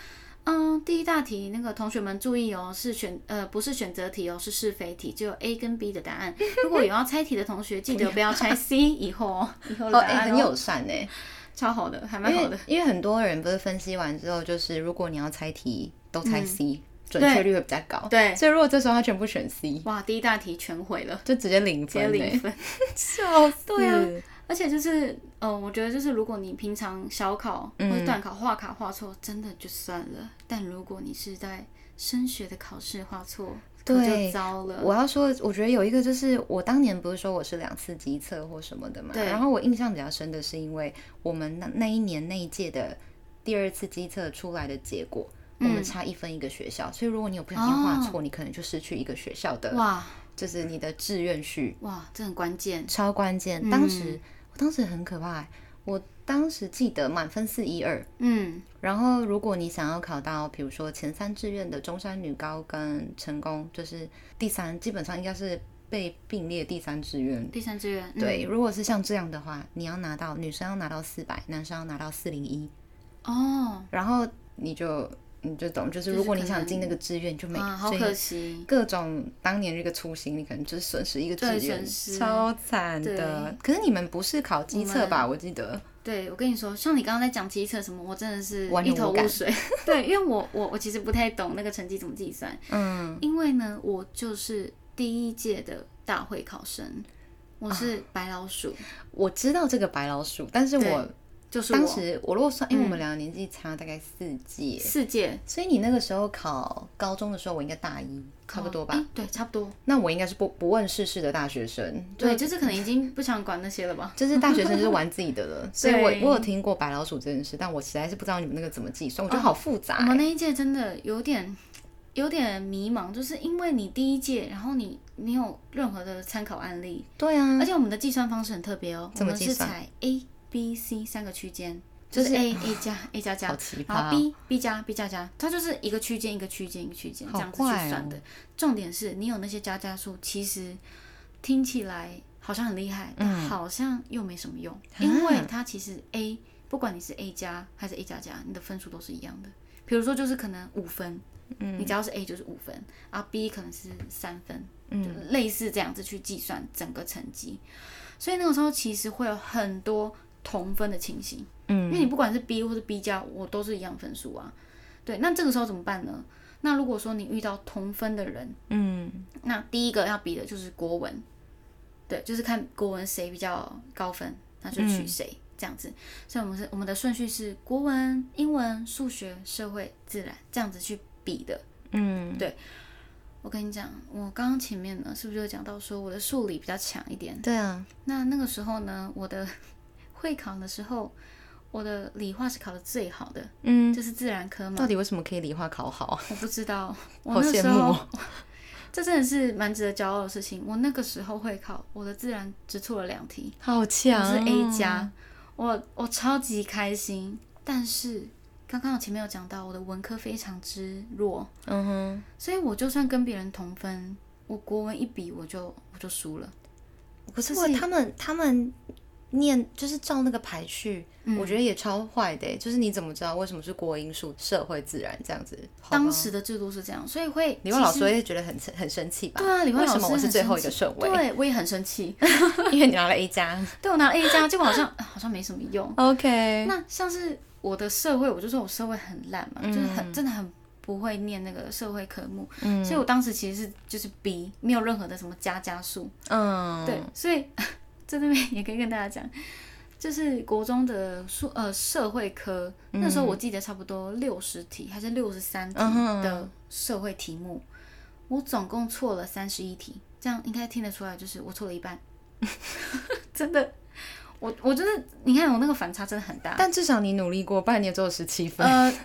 B: 嗯，第一大题那个同学们注意哦，是选呃不是选择题哦，是是非题，只有 A 跟 B 的答案。如果有要猜题的同
A: <laughs>
B: 学，记得不要猜 C，以后哦，以后的
A: 哦
B: 答
A: 哎
B: 案、
A: 很友善哎，
B: 超好的，还蛮
A: 因
B: 好
A: 为
B: 的。
A: 因为很多人不是分析完之后，就是如果你要猜题都猜
B: 嗯
A: C，准确率会比较高，
B: 对
A: 所以如果这时候他全部选 C，
B: 哇，第一大题全毁了，
A: 就直接零
B: 直接
A: 分
B: 零
A: 哎，
B: 分。
A: 笑死，
B: 对啊 <laughs> 而且就是，嗯、我觉得就是，如果你平常小考或
A: 嗯
B: 者段考画卡画错，真的就算了；但如果你是在升学的考试画错，可
A: 对
B: 就糟了。
A: 我要说，我觉得有一个就是我当年不是说我是两次机测或什么的嘛，
B: 对
A: 然后我印象比较深的是，因为我们那那一年那一届的第二次机测出来的结果，我
B: 嗯
A: 们差一分一个学校，所以如果你有不小
B: 哦
A: 心画错，你可能就失去一个学校的，
B: 哇
A: 就是你的志愿序，
B: 哇，这很关键。
A: 超关键。当
B: 嗯
A: 时、我当时很可怕欸、我当时记得满分四一二。
B: 嗯，
A: 然后，如果你想要考到，比如说前三志愿的中山女高跟成功，就是第三，基本上应该是被并列第三志愿。
B: 第三志愿，嗯
A: 对，如果是像这样的话，你要拿到女生要拿到四百，男生要拿到四零一，
B: 哦，
A: 然后你就你就懂，就是
B: 就是
A: 如果你
B: 可
A: 想
B: 能
A: 进那个志愿就没，
B: 啊，好
A: 所以
B: 可惜。
A: 各种当年这个初心，你可能就是损失一个
B: 对
A: 志愿
B: 损，失
A: 超惨的。可是你们不是考机测吧？我记得，
B: 对，我跟你说，像你刚刚在讲机测什么，我真的是
A: 完全
B: 一
A: 无
B: 头雾
A: 感
B: 水。 <laughs> 对，因为我我我其实不太懂那个成绩怎么计算，
A: 嗯，
B: 因为呢，我就是第一届的大会考生，我是白老鼠，
A: 我知道这个白老鼠，但是我
B: 就是
A: 当
B: 我嗯
A: 时我如果算，因为我们两个年纪差大概四届，
B: 四届
A: 所以你那个时候考高中的时候，我应该大一，差不多吧？
B: 吧、哦诶对，差不多。
A: 那我应该是不不问世事的大学生，
B: 对，就是可能已经不想管那些了吧。
A: 就是大学生就是玩自己的
B: <laughs>
A: 了。所以我
B: 哦对
A: 我有听过白老鼠这件事，但我实在是不知道你们那个怎么计算，我觉得好复杂
B: 我
A: 欸、
B: 们那一届真的有点有点迷茫，就是因为你第一届，然后你没有任何的参考案例，
A: 对啊，
B: 而且我们的计算方式很特别哦，
A: 怎么
B: 我们
A: 计
B: 是
A: 算
B: 采 A、B、C 三个区间，就是 A A 加 A 加加
A: 好奇
B: 然后
A: 葩哦、
B: B B 加 B 加加，它就是一个区间一个区间一个区间
A: 好哦
B: 这样子去算的。重点是你有那些加加数，其实听起来好像很厉害，但
A: 嗯
B: 好像又没什么用，
A: 啊
B: 因为它其实 A 不管你是 A 加还是 A 加加，你的分数都是一样的。比如说就是可能五分，嗯，你只要是 A 就是五分，啊 B 可能是三分，嗯，类似这样子去计算整个成绩。所以那个时候其实会有很多同分的情形。
A: 嗯
B: 因为你不管是 B 或是 B 加，我都是一样分数啊。对，那这个时候怎么办呢？那如果说你遇到同分的人，
A: 嗯，
B: 那第一个要比的就是国文，对，就是看国文谁比较高分，那就取谁、这样子。所以我们是我们的顺序是国文、英文、数学、社会、自然这样子去比的。
A: 嗯，
B: 我跟你讲，我刚刚前面呢，是不是有讲到说我的数理比较强一点？
A: 对啊，
B: 那那个时候呢，我的 <laughs> 会考的时候，我的理化是考的最好的，
A: 嗯，
B: 就是自然科嘛。
A: 到底为什么可以理化考好？
B: 我不
A: <laughs>
B: 知道，我
A: 好
B: 那
A: 羡
B: 时
A: 慕
B: 候
A: 哦
B: <laughs> 这真的是蛮值得骄傲的事情。我那个时候会考，我的自然只错了两题，
A: 好
B: 我
A: 强、
B: 是 A，加，
A: 啊
B: 我我超级开心。但是刚刚我前面有讲到，我的文科非常之弱，
A: 嗯哼，
B: 所以我就算跟别人同分，我国文一比我就我就输了。
A: 可是
B: 这
A: 我
B: 是一
A: 他们他们念就是照那个排序，我觉得也超坏的欸。就是你怎么知道为什么是国英数、社会、自然这样子？好吧
B: 当时的制度是这样，所以会
A: 李焕老师
B: 其实
A: 会觉得很很生气吧？
B: 对啊，李焕
A: 为
B: 老
A: 什
B: 师
A: 么我是
B: 很
A: 最
B: 生
A: 后一个
B: 气
A: 顺位？
B: 对我也很生气。
A: <laughs> 因为你拿了 A 加。
B: 对我拿了 A 加，结果好像好像没什么用。
A: OK，
B: 那像是我的社会，我就说我社会很烂嘛，就是很
A: 嗯
B: 真的很不会念那个社会科目，所以我当时其实是就是 B，没有任何的什么加加数，
A: 嗯，
B: 对，所以 <laughs> 在这边也可以跟大家讲，就是国中的数呃社会科，那时候我记得差不多六十题还是六十三题
A: 嗯哼
B: 的社会题目，我总共错了三十一题，这样应该听得出来，就是我错了一半， <laughs> 真的。我我就是你看我
A: 啊
B: 那个反差真的很大，呃 <laughs>
A: 但至少你努力过，不然你也只有十七分。
B: 呃，是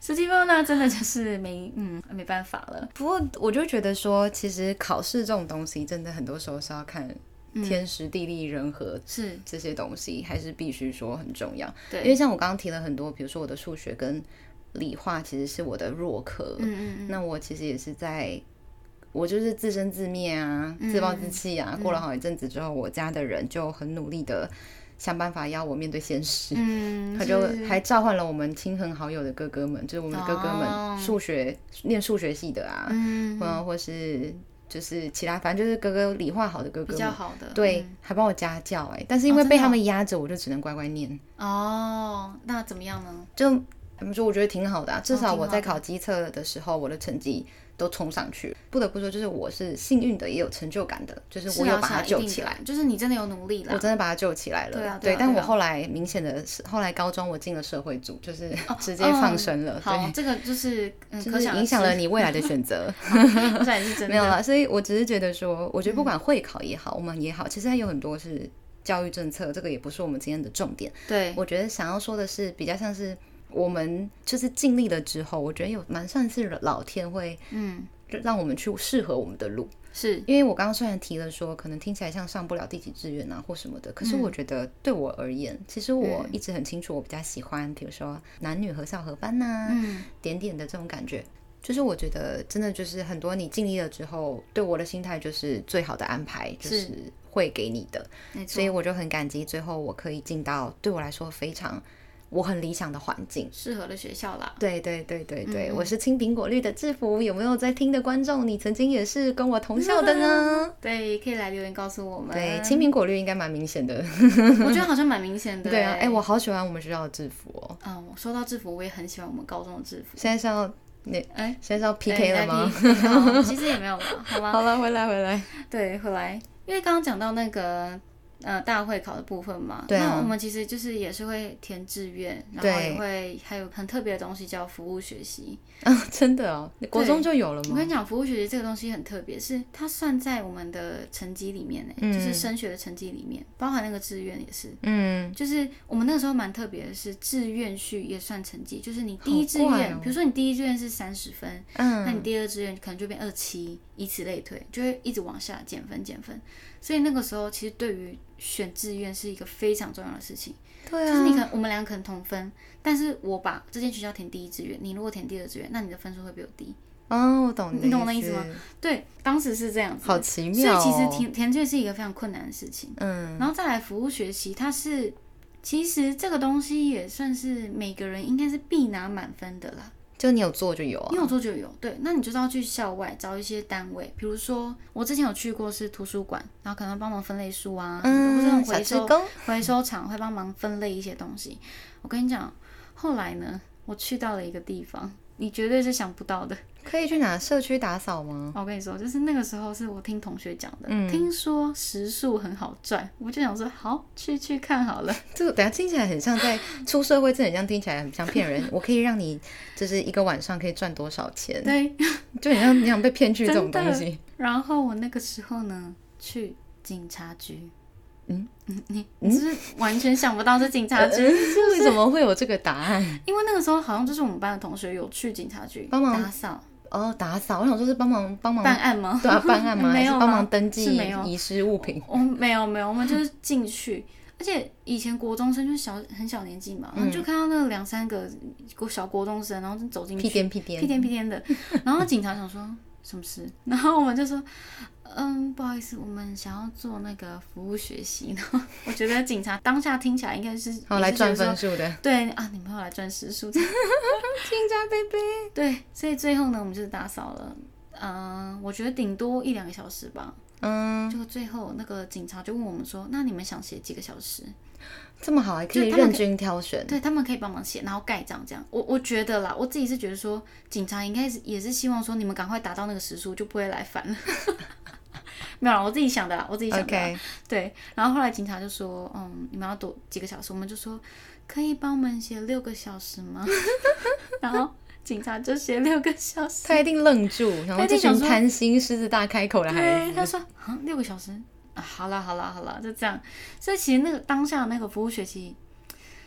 B: 这地方呢，真的就是没嗯没办法了。
A: 不过我就觉得说，其实考试这种东西，真的很多时候是要看天时地利人和
B: 是
A: 这些东西，还是必须说很重要。因
B: 对，
A: 为像我刚刚提了很多，比如说我的数学跟理化其实是我的弱科，
B: 嗯嗯嗯，
A: 那我其实也是在，我就是自生自灭啊，
B: 嗯
A: 自暴自弃啊。过了好一阵子之后，我家的人就很努力的想办法要我面对现实。
B: 嗯，
A: 他就是还召唤了我们亲朋好友的哥哥们，就是我们的哥哥
B: 哦
A: 们，数学念数学系的啊，
B: 嗯
A: 嗯，或是就是其他，反正就是哥哥理化好的哥
B: 比
A: 哥
B: 较
A: 们，
B: 好的，嗯
A: 对，还帮我家教哎、但是因为
B: 哦真
A: 被
B: 的
A: 他
B: 哦
A: 们压着，我就只能乖乖念。
B: 嗯哦，那怎么样呢？
A: 就怎么说，我觉得挺好的、啊，至
B: 哦挺
A: 少
B: 好
A: 我在
B: 的
A: 考机测的时候，我的成绩都冲上去。不得不说，就是我是幸运的，也有成就感的，就是我
B: 啊
A: 有把它
B: 啊一
A: 救
B: 定
A: 起
B: 的
A: 来。
B: 就是你真的有努力
A: 我
B: 了。
A: 真的把它救起来了，
B: 对啊对
A: 对
B: 啊
A: 但
B: 对
A: 我
B: 啊
A: 后来明显的是，后来高中我进了社会组，就是 <laughs> 直接
B: 嗯
A: 放生了，
B: 好，这个就是嗯，
A: 对，就
B: 可
A: 是
B: 想而
A: 影响
B: 知
A: 了，你未来的选择。
B: 可想也 <laughs> 是
A: <laughs>
B: 真
A: 没有
B: 的。嗯
A: 了，所以我只是觉得说，我觉得不管会考也好，我们也好，其实它有很多是教育政策，这个也不是我们今天的重点。
B: 对，
A: 我觉得想要说的是，比较像是我们就是尽力了之后，我觉得有蛮算是老天会
B: 嗯，
A: 让我们去适合我们的路。
B: 是
A: 因为我刚刚虽然提了说，可能听起来像上不了第几志愿啊或什么的，可是
B: 嗯
A: 我觉得对我而言，其实我一直很清楚，我比较喜欢，比如说男女合校合班呐、
B: 嗯
A: 点点的这种感觉。就是我觉得真的就是很多你尽力了之后，对我的心态就是最好的安排，就是会给你的。
B: 没错
A: 所以我就很感激，最后我可以进到对我来说非常我很理想的环境。嗯
B: 适合的学校啦。
A: 对对对对对，我是青苹果绿的制服，有没有在听的观众？你曾经也是跟我同校的 <laughs> 呢？
B: 对，可以来留言告诉我们。
A: 对，青苹果绿应该蛮明显的。
B: 我觉得好像蛮明显
A: <laughs>
B: 的。欸
A: 对啊，哎、我好喜欢我们学校的制服哦。
B: 嗯，我说到制服，我也很喜欢我们高中的制服。
A: 现在是要那
B: 哎、
A: 现在是要 PK 了
B: 哎
A: 吗？？
B: 来 PK 好其实也没有吧，好
A: <laughs>
B: 吗？
A: 好了，回来回来。
B: 对，回来，因为刚刚讲到那个呃大会考的部分嘛，
A: 对啊
B: 那我们其实就是也是会填志愿，然后
A: 对
B: 也会还有很特别的东西叫服务学习。
A: 啊，真的哦，你国中就有了
B: 我
A: 吗？
B: 跟你讲，服务学习这个东西很特别，是它算在我们的成绩里面呢、欸
A: 嗯
B: 就是升学的成绩里面，包含那个志愿也是。
A: 嗯，
B: 就是我们那个时候蛮特别的是，志愿序也算成绩，就是你第一志
A: 好怪
B: 愿，
A: 哦
B: 比如说你第一志愿是三十分，那你
A: 嗯，
B: 第二志愿可能就变二七，以此类推，就会一直往下减分减分。所以那个时候，其实对于选志愿是一个非常重要的事情。
A: 对
B: 就是你可
A: 啊，
B: 能我们两个可能同分，但是我把这间学校填第一志愿，你如果填第二志愿，那你的分数会比我低。
A: 哦，我懂你的
B: 你懂我的意思吗
A: 思？
B: 对，当时是这样子的。
A: 好奇妙、哦。
B: 所以其实填填志愿是一个非常困难的事情。
A: 嗯，
B: 然后再来服务学习，它是其实这个东西也算是每个人应该是必拿满分的啦。
A: 就你有做就有啊
B: 你。有做就有，对，那你就是要去校外找一些单位，比如说我之前有去过是图书馆，然后可能帮忙分类书啊，或者
A: 嗯，
B: 那种
A: 小
B: 回
A: 志
B: 收
A: 工，
B: 回收厂会帮忙分类一些东西。我跟你讲，后来呢，我去到了一个地方，你绝对是想不到的。
A: 可以去哪社区打扫吗？
B: 我跟你说，就是那个时候是我听同学讲的，
A: 嗯
B: 听说时数很好赚，我就想说好去去看好了。
A: 这个等下听起来很像在出社会，这很像听起来很像骗人。我可以让你就是一个晚上可以赚多少钱，
B: 对，
A: 就很像你想被骗去这种
B: 真的
A: 东西。
B: 然后我那个时候呢，去警察局。
A: 嗯
B: 嗯，你你是不是完全想不到是警察局？
A: 为什么会有这个答案？
B: <laughs> 因为那个时候好像就是我们班的同学有去警察局
A: 帮忙
B: 打扫
A: 哦，打扫，我想说是帮忙帮
B: <laughs>
A: 忙
B: 办案吗？
A: <laughs> 对啊办案
B: <laughs>
A: 吗？还
B: 没
A: 是
B: 有
A: 帮忙
B: 吗
A: 登
B: 是
A: 记
B: 没有。
A: 遗失物品？
B: 我没有没有，我们就是进去，而且以前国中生就是小很小年纪
A: 嗯
B: 嘛，然后就看到那两三个国小国中生，然后就走进去
A: 屁颠屁颠
B: 屁，颠屁
A: <laughs>
B: 颠的，然后警察想说什么事，然后我们就说，嗯，不好意思，我们想要做那个服务学习。然后我觉得警察当下听起来应该是
A: 好
B: 也
A: 来
B: 是觉
A: 赚
B: 得说
A: 分数的。
B: 对啊，你们要来赚时
A: <laughs>
B: 数，
A: 亲家贝贝，
B: 对，所以最后呢，我们就是打扫了，嗯、我觉得顶多一两个小时吧。
A: 嗯，
B: 就最后那个警察就问我们说，那你们想写几个小时？
A: 嗯这么好，还可以
B: 就他们
A: 任
B: 可
A: 君挑选。
B: 对他们可以帮忙写，然后盖章这样。我我觉得啦，我自己是觉得说，警察应该是也是希望说你们赶快达到那个时数，就不会来烦了。 <laughs> 没有啦，我自己想的啦，我自己想的啦。
A: OK，
B: 对，然后后来警察就说，嗯，你们要多几个小时，我们就说可以帮我们写六个小
A: <laughs>
B: 时吗？ <laughs> 然后警察就写六个小时。
A: 他一定愣住，然后
B: 一
A: 这
B: 定想
A: 群
B: 说
A: 贪心、狮子大开口的孩
B: 对，他
A: 子，
B: 说啊，六个小时啊，好啦好啦好啦，就这样。所以其实那个当下那个服务学习，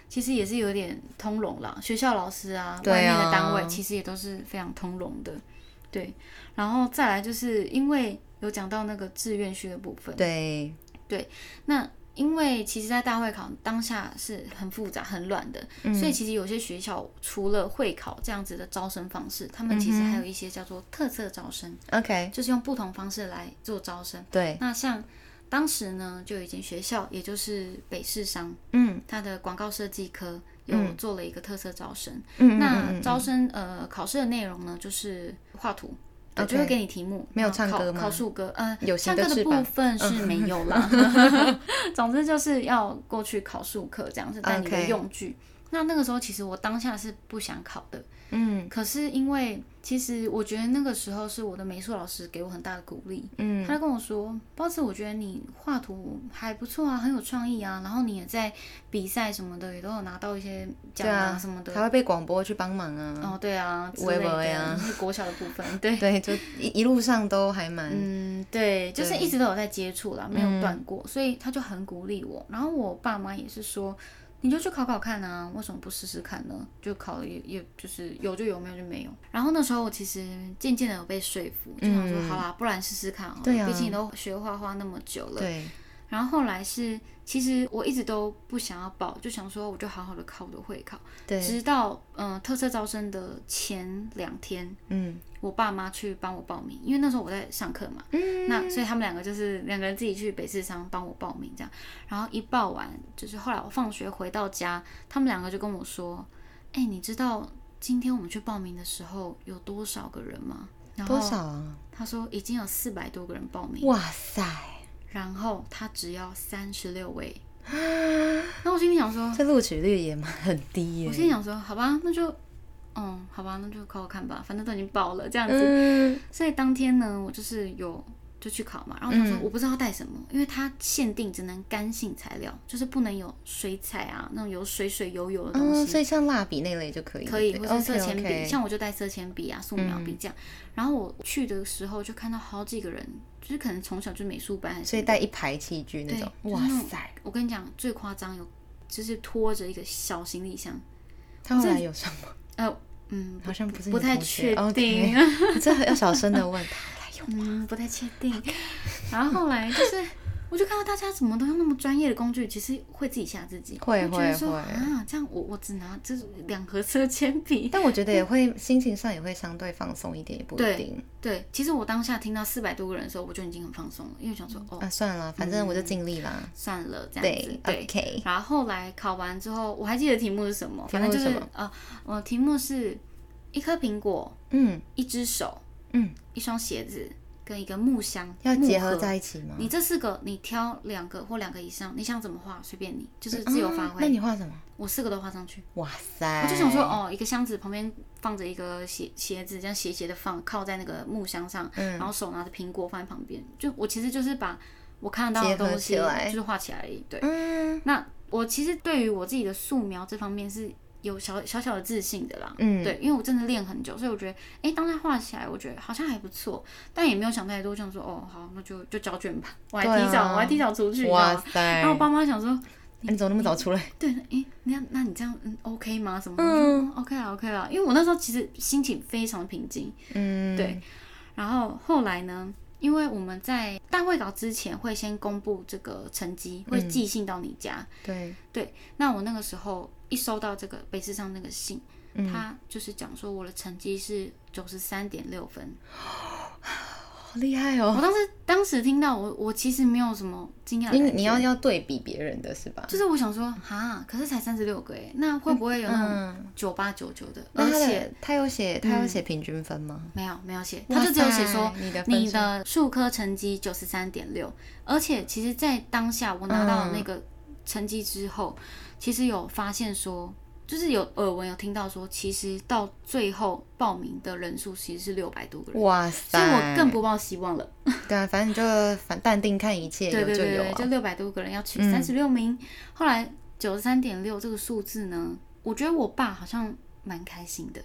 B: 其实也是有点通融啦。学校老师啊，
A: 对啊
B: 外面的单位其实也都是非常通融的，对。然后再来就是因为有讲到那个志愿序的部分，
A: 对，
B: 那因为其实，在大会考当下是很复杂、很乱的，
A: 嗯
B: 所以其实有些学校除了会考这样子的招生方式，
A: 嗯
B: 他们其实还有一些叫做特色招生，
A: ，OK，
B: 就是用不同方式来做招生。
A: 对，
B: 那像当时呢，就已经学校，也就是北市商，
A: 嗯，
B: 它的广告设计科有做了一个特色招生。
A: 嗯，嗯
B: 那
A: 嗯
B: 招生呃考试的内容呢，就是画图。我就会给你题目，
A: 没有
B: 然后
A: 唱歌
B: 考
A: 吗
B: 考数歌，呃，
A: 有
B: 唱
A: 形的
B: 歌的
A: 翅
B: 部
A: 膀嗯
B: 分是没有啦。
A: <laughs>
B: 总之就是要过去考数课，这样是带你的
A: OK
B: 用具。那那个时候其实我当下是不想考的，
A: 嗯
B: 可是因为其实我觉得那个时候是我的美术老师给我很大的鼓励，
A: 嗯
B: 他就跟我说：“包子，我觉得你画图还不错啊，很有创意啊，然后你也在比赛什么的也都有拿到一些奖
A: 对啊
B: 啊什么的。
A: 还会被广播去帮忙啊，
B: 哦，对啊，之
A: 喂
B: 类
A: 喂
B: 的，
A: 啊
B: 是国小的部分，对，
A: 对，就一一路上都还蛮，
B: 嗯，对，就是
A: 对嗯
B: 一直都有在接触啦，没有断过，所以他就很鼓励我。然后我爸妈也是说，你就去考考看啊，为什么不试试看呢？就考了也也就是有就有，没有就没有。然后那时候我其实渐渐的有被说服，就想说、
A: 嗯
B: 好啦，不然试试看好了，
A: 对啊
B: 毕竟都学画画那么久了。
A: 对，
B: 然后后来是，其实我一直都不想要报，就想说我就好好的考我的会考，
A: 对，
B: 直到嗯、呃特色招生的前两天，
A: 嗯
B: 我爸妈去帮我报名，因为那时候我在上课嘛，
A: 嗯，
B: 那所以他们两个就是两个人自己去北市商帮我报名这样，然后一报完，就是后来我放学回到家，他们两个就跟我说，哎、你知道今天我们去报名的时候有多少个人吗？然后嗯
A: 多少啊？
B: 他说已经有四百多个人报名，
A: 哇塞，
B: 然后他只要三十六
A: <gasps>
B: 位，那我心里想说，
A: 这录取率也蛮很低耶
B: 嗯我，心里想说，好吧，那就，嗯，好吧，那就考考看吧，反正都已经报了这样子，
A: 嗯，
B: 所以当天呢，我就是有就去考嘛，然后我想
A: 嗯
B: 说我不知道带什么，因为它限定只能干性材料，就是不能有水彩啊那种有水水油油的东
A: 哦，
B: 西，
A: 所以像蜡笔那类就可以，
B: 可以，
A: 对嗯
B: 或
A: 不
B: 是
A: 对
B: 色铅笔
A: OK，OK
B: 像我就带色铅笔啊、素描笔这样。然后我去的时候就看到好几个人，就是可能从小就美术班还是什
A: 所以
B: 么，
A: 带一排器具那
B: 啊对
A: 种，，
B: 就是
A: 哇
B: 那种
A: 塞，！
B: 我跟你讲，最夸张有就是拖着一个小行李箱，
A: 他后来有上吗？
B: 呃，嗯，
A: 好像不是
B: 不
A: 你
B: 太
A: 同
B: 确
A: 学哦
B: 定。
A: ，OK，这要小声的问他
B: <laughs>
A: 来用，
B: 嗯，不太确定。然后后来就是，我就看到大家怎么都用那么专业的工具，其实会自己吓自己，
A: 会
B: 我觉得
A: 会
B: 说
A: 会
B: 啊，这样我我只拿这两盒色铅笔。
A: 但我觉得也会心情上也会相对放松一点，也不一
B: 对
A: 定
B: 对，其实我当下听到四百多个人的时候，我就已经很放松了，因为想说哦
A: 啊，算了，反正我就尽力啦。
B: 算了这样子
A: 对。
B: 对
A: ，OK，
B: 然后后来考完之后，我还记得题目是什么，
A: 题
B: 反
A: 目
B: 正就是是
A: 什么
B: 呃，我题目是一颗苹果、
A: 嗯
B: 一只手、
A: 嗯，
B: 一双鞋子跟一个木箱，
A: 要结
B: 木
A: 合
B: 盒
A: 在一起吗？
B: 你这四个，你挑两个或两个以上，你想怎么画随便你，就是自由发
A: 啊
B: 挥。
A: 那你哎画什么？
B: 我四个都画上去，
A: 哇塞！
B: 我就想说，，哦，一个箱子旁边放着一个鞋鞋子，这样斜斜的放，靠在那个木箱上，
A: 嗯
B: 然后手拿着苹果放在旁边。就我其实就是把我看得到的
A: 结合
B: 东西，
A: 起来
B: 就是画起来而已。对，
A: 嗯
B: 那我其实对于我自己的素描这方面是有小小小的自信的啦。
A: 嗯，
B: 对，因为我真的练很久，所以我觉得，哎，当他画起来，我觉得好像还不错，但也没有想太多，我想说，哦，好，那就就交卷吧。我还
A: 对
B: 提早，
A: 啊
B: 我还提早出去，你知道
A: 哇
B: 吗
A: 塞！
B: 啊然后我爸妈想说，
A: 你怎么那么早出来？
B: 对，哎，那那你这样，嗯，OK 吗？什么？
A: 嗯
B: 嗯，OK 啦，OK 啦，因为我那时候其实心情非常平静。
A: 嗯，
B: 对，然后后来呢，因为我们在大会稿之前会先公布这个成绩，
A: 嗯
B: 会寄信到你家。
A: 对，
B: 对，那我那个时候一收到这个北市上那个信，
A: 嗯
B: 他就是讲说我的成绩是九十三点六分。
A: 好厉害
B: 我
A: 哦！
B: 当时当时听到我，我其实没有什么惊讶的
A: 你
B: 感觉，
A: 你要要对比别人的是吧？
B: 就是我想说，哈，可是才三十六个哎，那会不会有那种
A: 嗯，
B: 九八九九的？
A: 那
B: 而
A: 他
B: 且
A: 的他有写他有写平均分吗？
B: 没有没有写，
A: 哇
B: 嗯他就只有写说
A: 塞你的分
B: 你
A: 数
B: 的数科成绩九十三点六，而且其实，在当下我拿到
A: 嗯
B: 那个成绩之后，其实有发现说，就是有耳闻有听到说，其实到最后报名的人数其实是六百多个人，
A: 哇
B: 所
A: 塞！
B: 以我更不抱希望了。
A: 对啊，反正你就反淡定看一切，
B: 对
A: 有
B: 对
A: 就
B: 对
A: 有
B: 对，就
A: 啊。
B: 六百多个人要取
A: 嗯
B: 三十六名，后来九十三点六这个数字呢，我觉得我爸好像蛮开心的，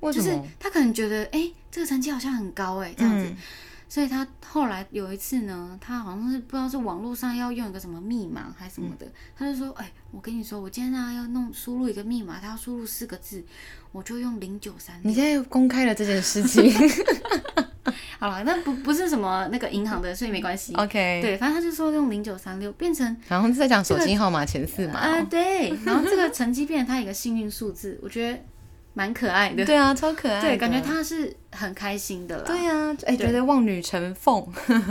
A: 为
B: 就
A: 什
B: 是
A: 么？
B: 他可能觉得，哎、这个成绩好像很高哎、这样子，
A: 嗯
B: 所以他后来有一次呢，他好像是不知道是网络上要用一个什么密码还是什
A: 嗯
B: 么的，他就说：“哎、我跟你说，我今天啊要弄输入一个密码，他要输入四个字，我就用零九三
A: 你现在又公开了这件事
B: <laughs>
A: 情
B: 好了，那不不是什么那个银行的，所以没关系。
A: ，OK？，
B: 对，反正他就说用零九三六变成
A: 然后是在讲手机号码前四嘛、
B: 啊、对，然后这个成绩变成他一个幸运数字，我觉得蛮可爱的。
A: 对啊，超可爱的，
B: 对，感觉他是很开心的啦。
A: 对啊，哎、觉得望女成凤，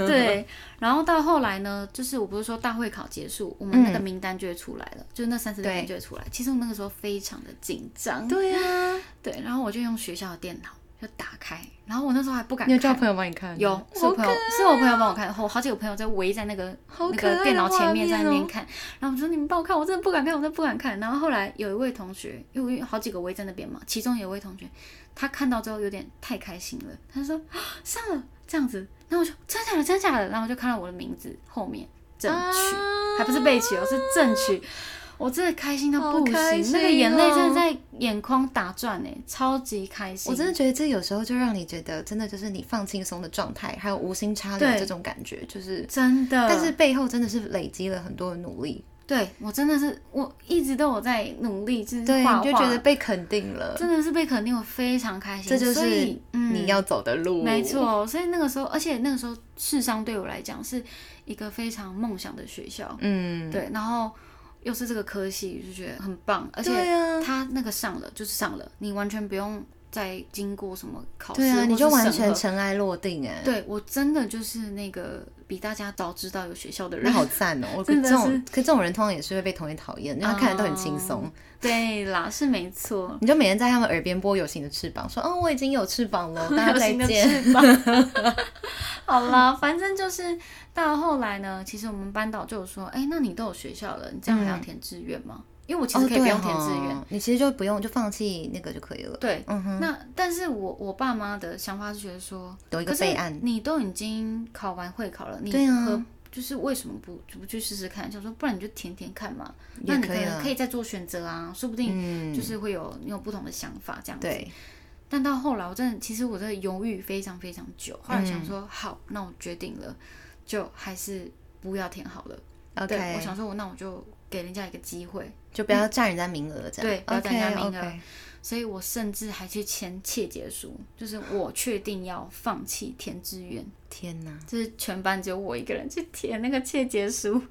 B: 对，然后到后来呢，就是我不是说大会考结束，我们那个名单就会出来了，就那三十
A: 嗯
B: 六
A: 对
B: 人就会出来。其实我那个时候非常的紧张，
A: 对啊，
B: 对，然后我就用学校的电脑就打开，然后我那时候还不敢
A: 你有叫
B: 看。
A: 朋友帮你看？
B: 有是
A: 好
B: 我
A: 可啊
B: 朋友，是我朋友帮我看，我好几个朋友在围在那个、
A: 好
B: 那
A: 可爱
B: 个
A: 的
B: 电脑前面
A: 画面
B: 在那边
A: 哦
B: 看，然后我说你们帮我看，我真的不敢看，我真的不敢看。然后后来有一位同学，因为我有好几个围在那边嘛，其中有一位同学，他看到之后有点太开心了，他就说、啊、上了这样子，然后我就真假的真假的，然后我就看到我的名字后面正取，
A: 啊
B: 还不是被取哦，是正取。我真的开心到
A: 好
B: 不行，
A: 开
B: 那个
A: 心
B: 眼泪真
A: 哦
B: 的在眼眶打转哎、超级开心。
A: 我真的觉得这有时候就让你觉得，真的就是你放轻松的状态，还有无心插柳
B: 对
A: 这种感觉，就是，
B: 真的，
A: 但是背后真的是累积了很多的努力，
B: 对我真的是，我一直都有在努力，就是
A: 对，
B: 画画，
A: 你就觉得被肯定了，
B: 真的是被肯定，我非常开心。
A: 这就
B: 所
A: 是
B: 以嗯
A: 你要走的路，
B: 没，错，所以那个时候，而且那个时候智商对我来讲是一个非常梦想的学校，
A: 嗯，
B: 对，然后又是这个科系，就觉得很棒，而
A: 对
B: 且
A: 啊，
B: 他那个上了就是上了，你完全不用再经过什么考试，
A: 对啊，你就完全
B: 成。
A: 尘埃落定哎，
B: 对我真的就是那个比大家早知道有学校的
A: 那 <laughs>
B: 人，
A: 好赞哦！我
B: 真
A: 这
B: 的
A: 种
B: 是，
A: 可这种人通常也是会被同学讨厌，因为他看得都很轻松，
B: 对啦，是没错。
A: 你就每天在他们耳边播《有形的翅膀》，说：“哦，我已经有翅膀了，
B: <laughs>
A: 大家再见。
B: 翅膀。
A: <laughs>
B: 好啦，反正就是到后来呢，其实我们班导就有说，哎、那你都有学校了，你这样还要填志愿吗？因为我”其实可以不用填志愿。
A: 哦，你其实就不用就放弃那个就可以了。
B: 对，
A: 嗯哼，
B: 那但是我我爸妈的想法是觉得说，
A: 有一个
B: 可是
A: 备案
B: 你都已经考完会考了，你
A: 对啊
B: 何就是为什么不不去试试看？想说不然你就填填看嘛，
A: 也
B: 那你
A: 可
B: 可
A: 以
B: 能
A: 啊
B: 可以再做选择啊，说不定
A: 嗯，
B: 就是会有你有不同的想法这样子。
A: 对，
B: 但到后来，我真的其实我真的犹豫非常非常久，后来
A: 嗯
B: 想说，好，那我决定了，就还是不要填好了。对，我
A: OK，
B: 想说，我那我就给人家一个机会，
A: 就不要占人家名额这样。
B: 对不要占人家名额
A: OK，OK
B: 所以我甚至还去签切结书，就是我确定要放弃填志愿，
A: 天哪，
B: 就是全班只有我一个人去填那个切结书，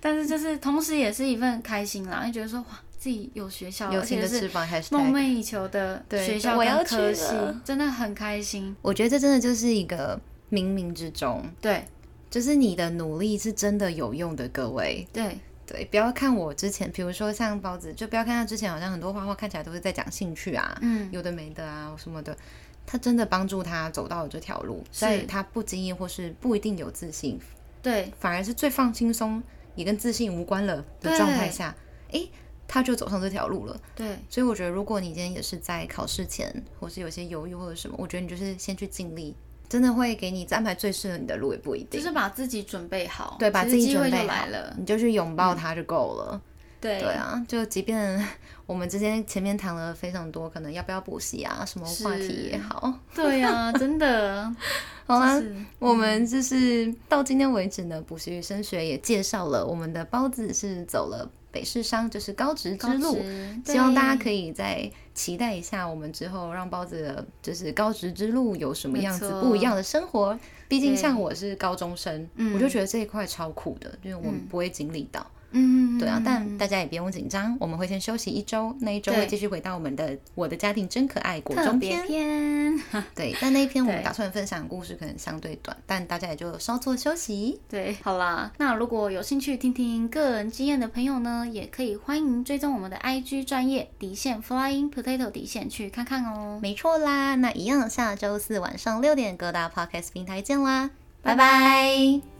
B: 但是就是同时也是一份开心啦，就觉得说哇，自己有学校，
A: 有
B: 而
A: 形
B: 且
A: 的
B: 是
A: 翅膀还是
B: 梦寐以求的
A: 对
B: 学校
A: 我要
B: 跟
A: 去
B: 科系
A: 了，
B: 真的很开心。
A: 我觉得这真的就是一个冥冥之中，
B: 对
A: 就是你的努力是真的有用的，各位。 <laughs>
B: 对。
A: 对，不要看我之前，比如说像包子，就不要看他之前好像很多画画看起来都是在讲兴趣啊，
B: 嗯，
A: 有的没的啊什么的。他真的帮助他走到了这条路，所以
B: 是
A: 他不经意或是不一定有自信，
B: 对
A: 反而是最放轻松，也跟自信无关了的
B: 对
A: 状态下，诶，他就走上这条路了。
B: 对
A: 所以我觉得，如果你今天也是在考试前，或是有些犹豫或者什么，我觉得你就是先去尽力，真的会给你安排最适合你的路，也不一定。
B: 就是把自己准备好，
A: 对，把
B: 其
A: 自
B: 实
A: 己
B: 机
A: 准
B: 会就
A: 备好
B: 来了，嗯
A: 你就去拥抱它就够了。
B: 对
A: 对啊，就即便 <laughs> 我们之间前面谈了非常多，可能要不要补习啊，什么话题也好。
B: <laughs> 对啊，真的，
A: <laughs> 好啊啦，
B: 就是嗯
A: 我们就是到今天为止呢，补习与升学也介绍了我们的包子是走了北市商，就是高职之
B: 高
A: 路。
B: 职
A: 希望大家
B: 对
A: 可以再期待一下，我们之后让包子的就是高职之路有什么样子
B: 没错
A: 不一样的生活。毕竟
B: 对
A: 像我是高中生，
B: 嗯
A: 我就觉得这一块超酷的，因为我们
B: 嗯
A: 不会经历到。
B: 嗯，
A: 对啊，但
B: 嗯
A: 大家也不用紧张，我们会先休息一周，那一周
B: 对
A: 会继续回到我们的《我的家庭真可爱》国
B: 特
A: 中
B: 别
A: 篇。
B: 篇，
A: <laughs> 对，但那一篇我们
B: 对
A: 打算分享的故事可能相对短，但大家也就稍作休息。
B: 对，好啦，那如果有兴趣听听个人经验的朋友呢，也可以欢迎追踪我们的 IG 专业底线 Flying Potato 底线去看看
A: <laughs>
B: 哦，
A: 没错啦，那一样，下周四晚上六点各大 podcast 平台见啦，拜
B: 拜
A: 拜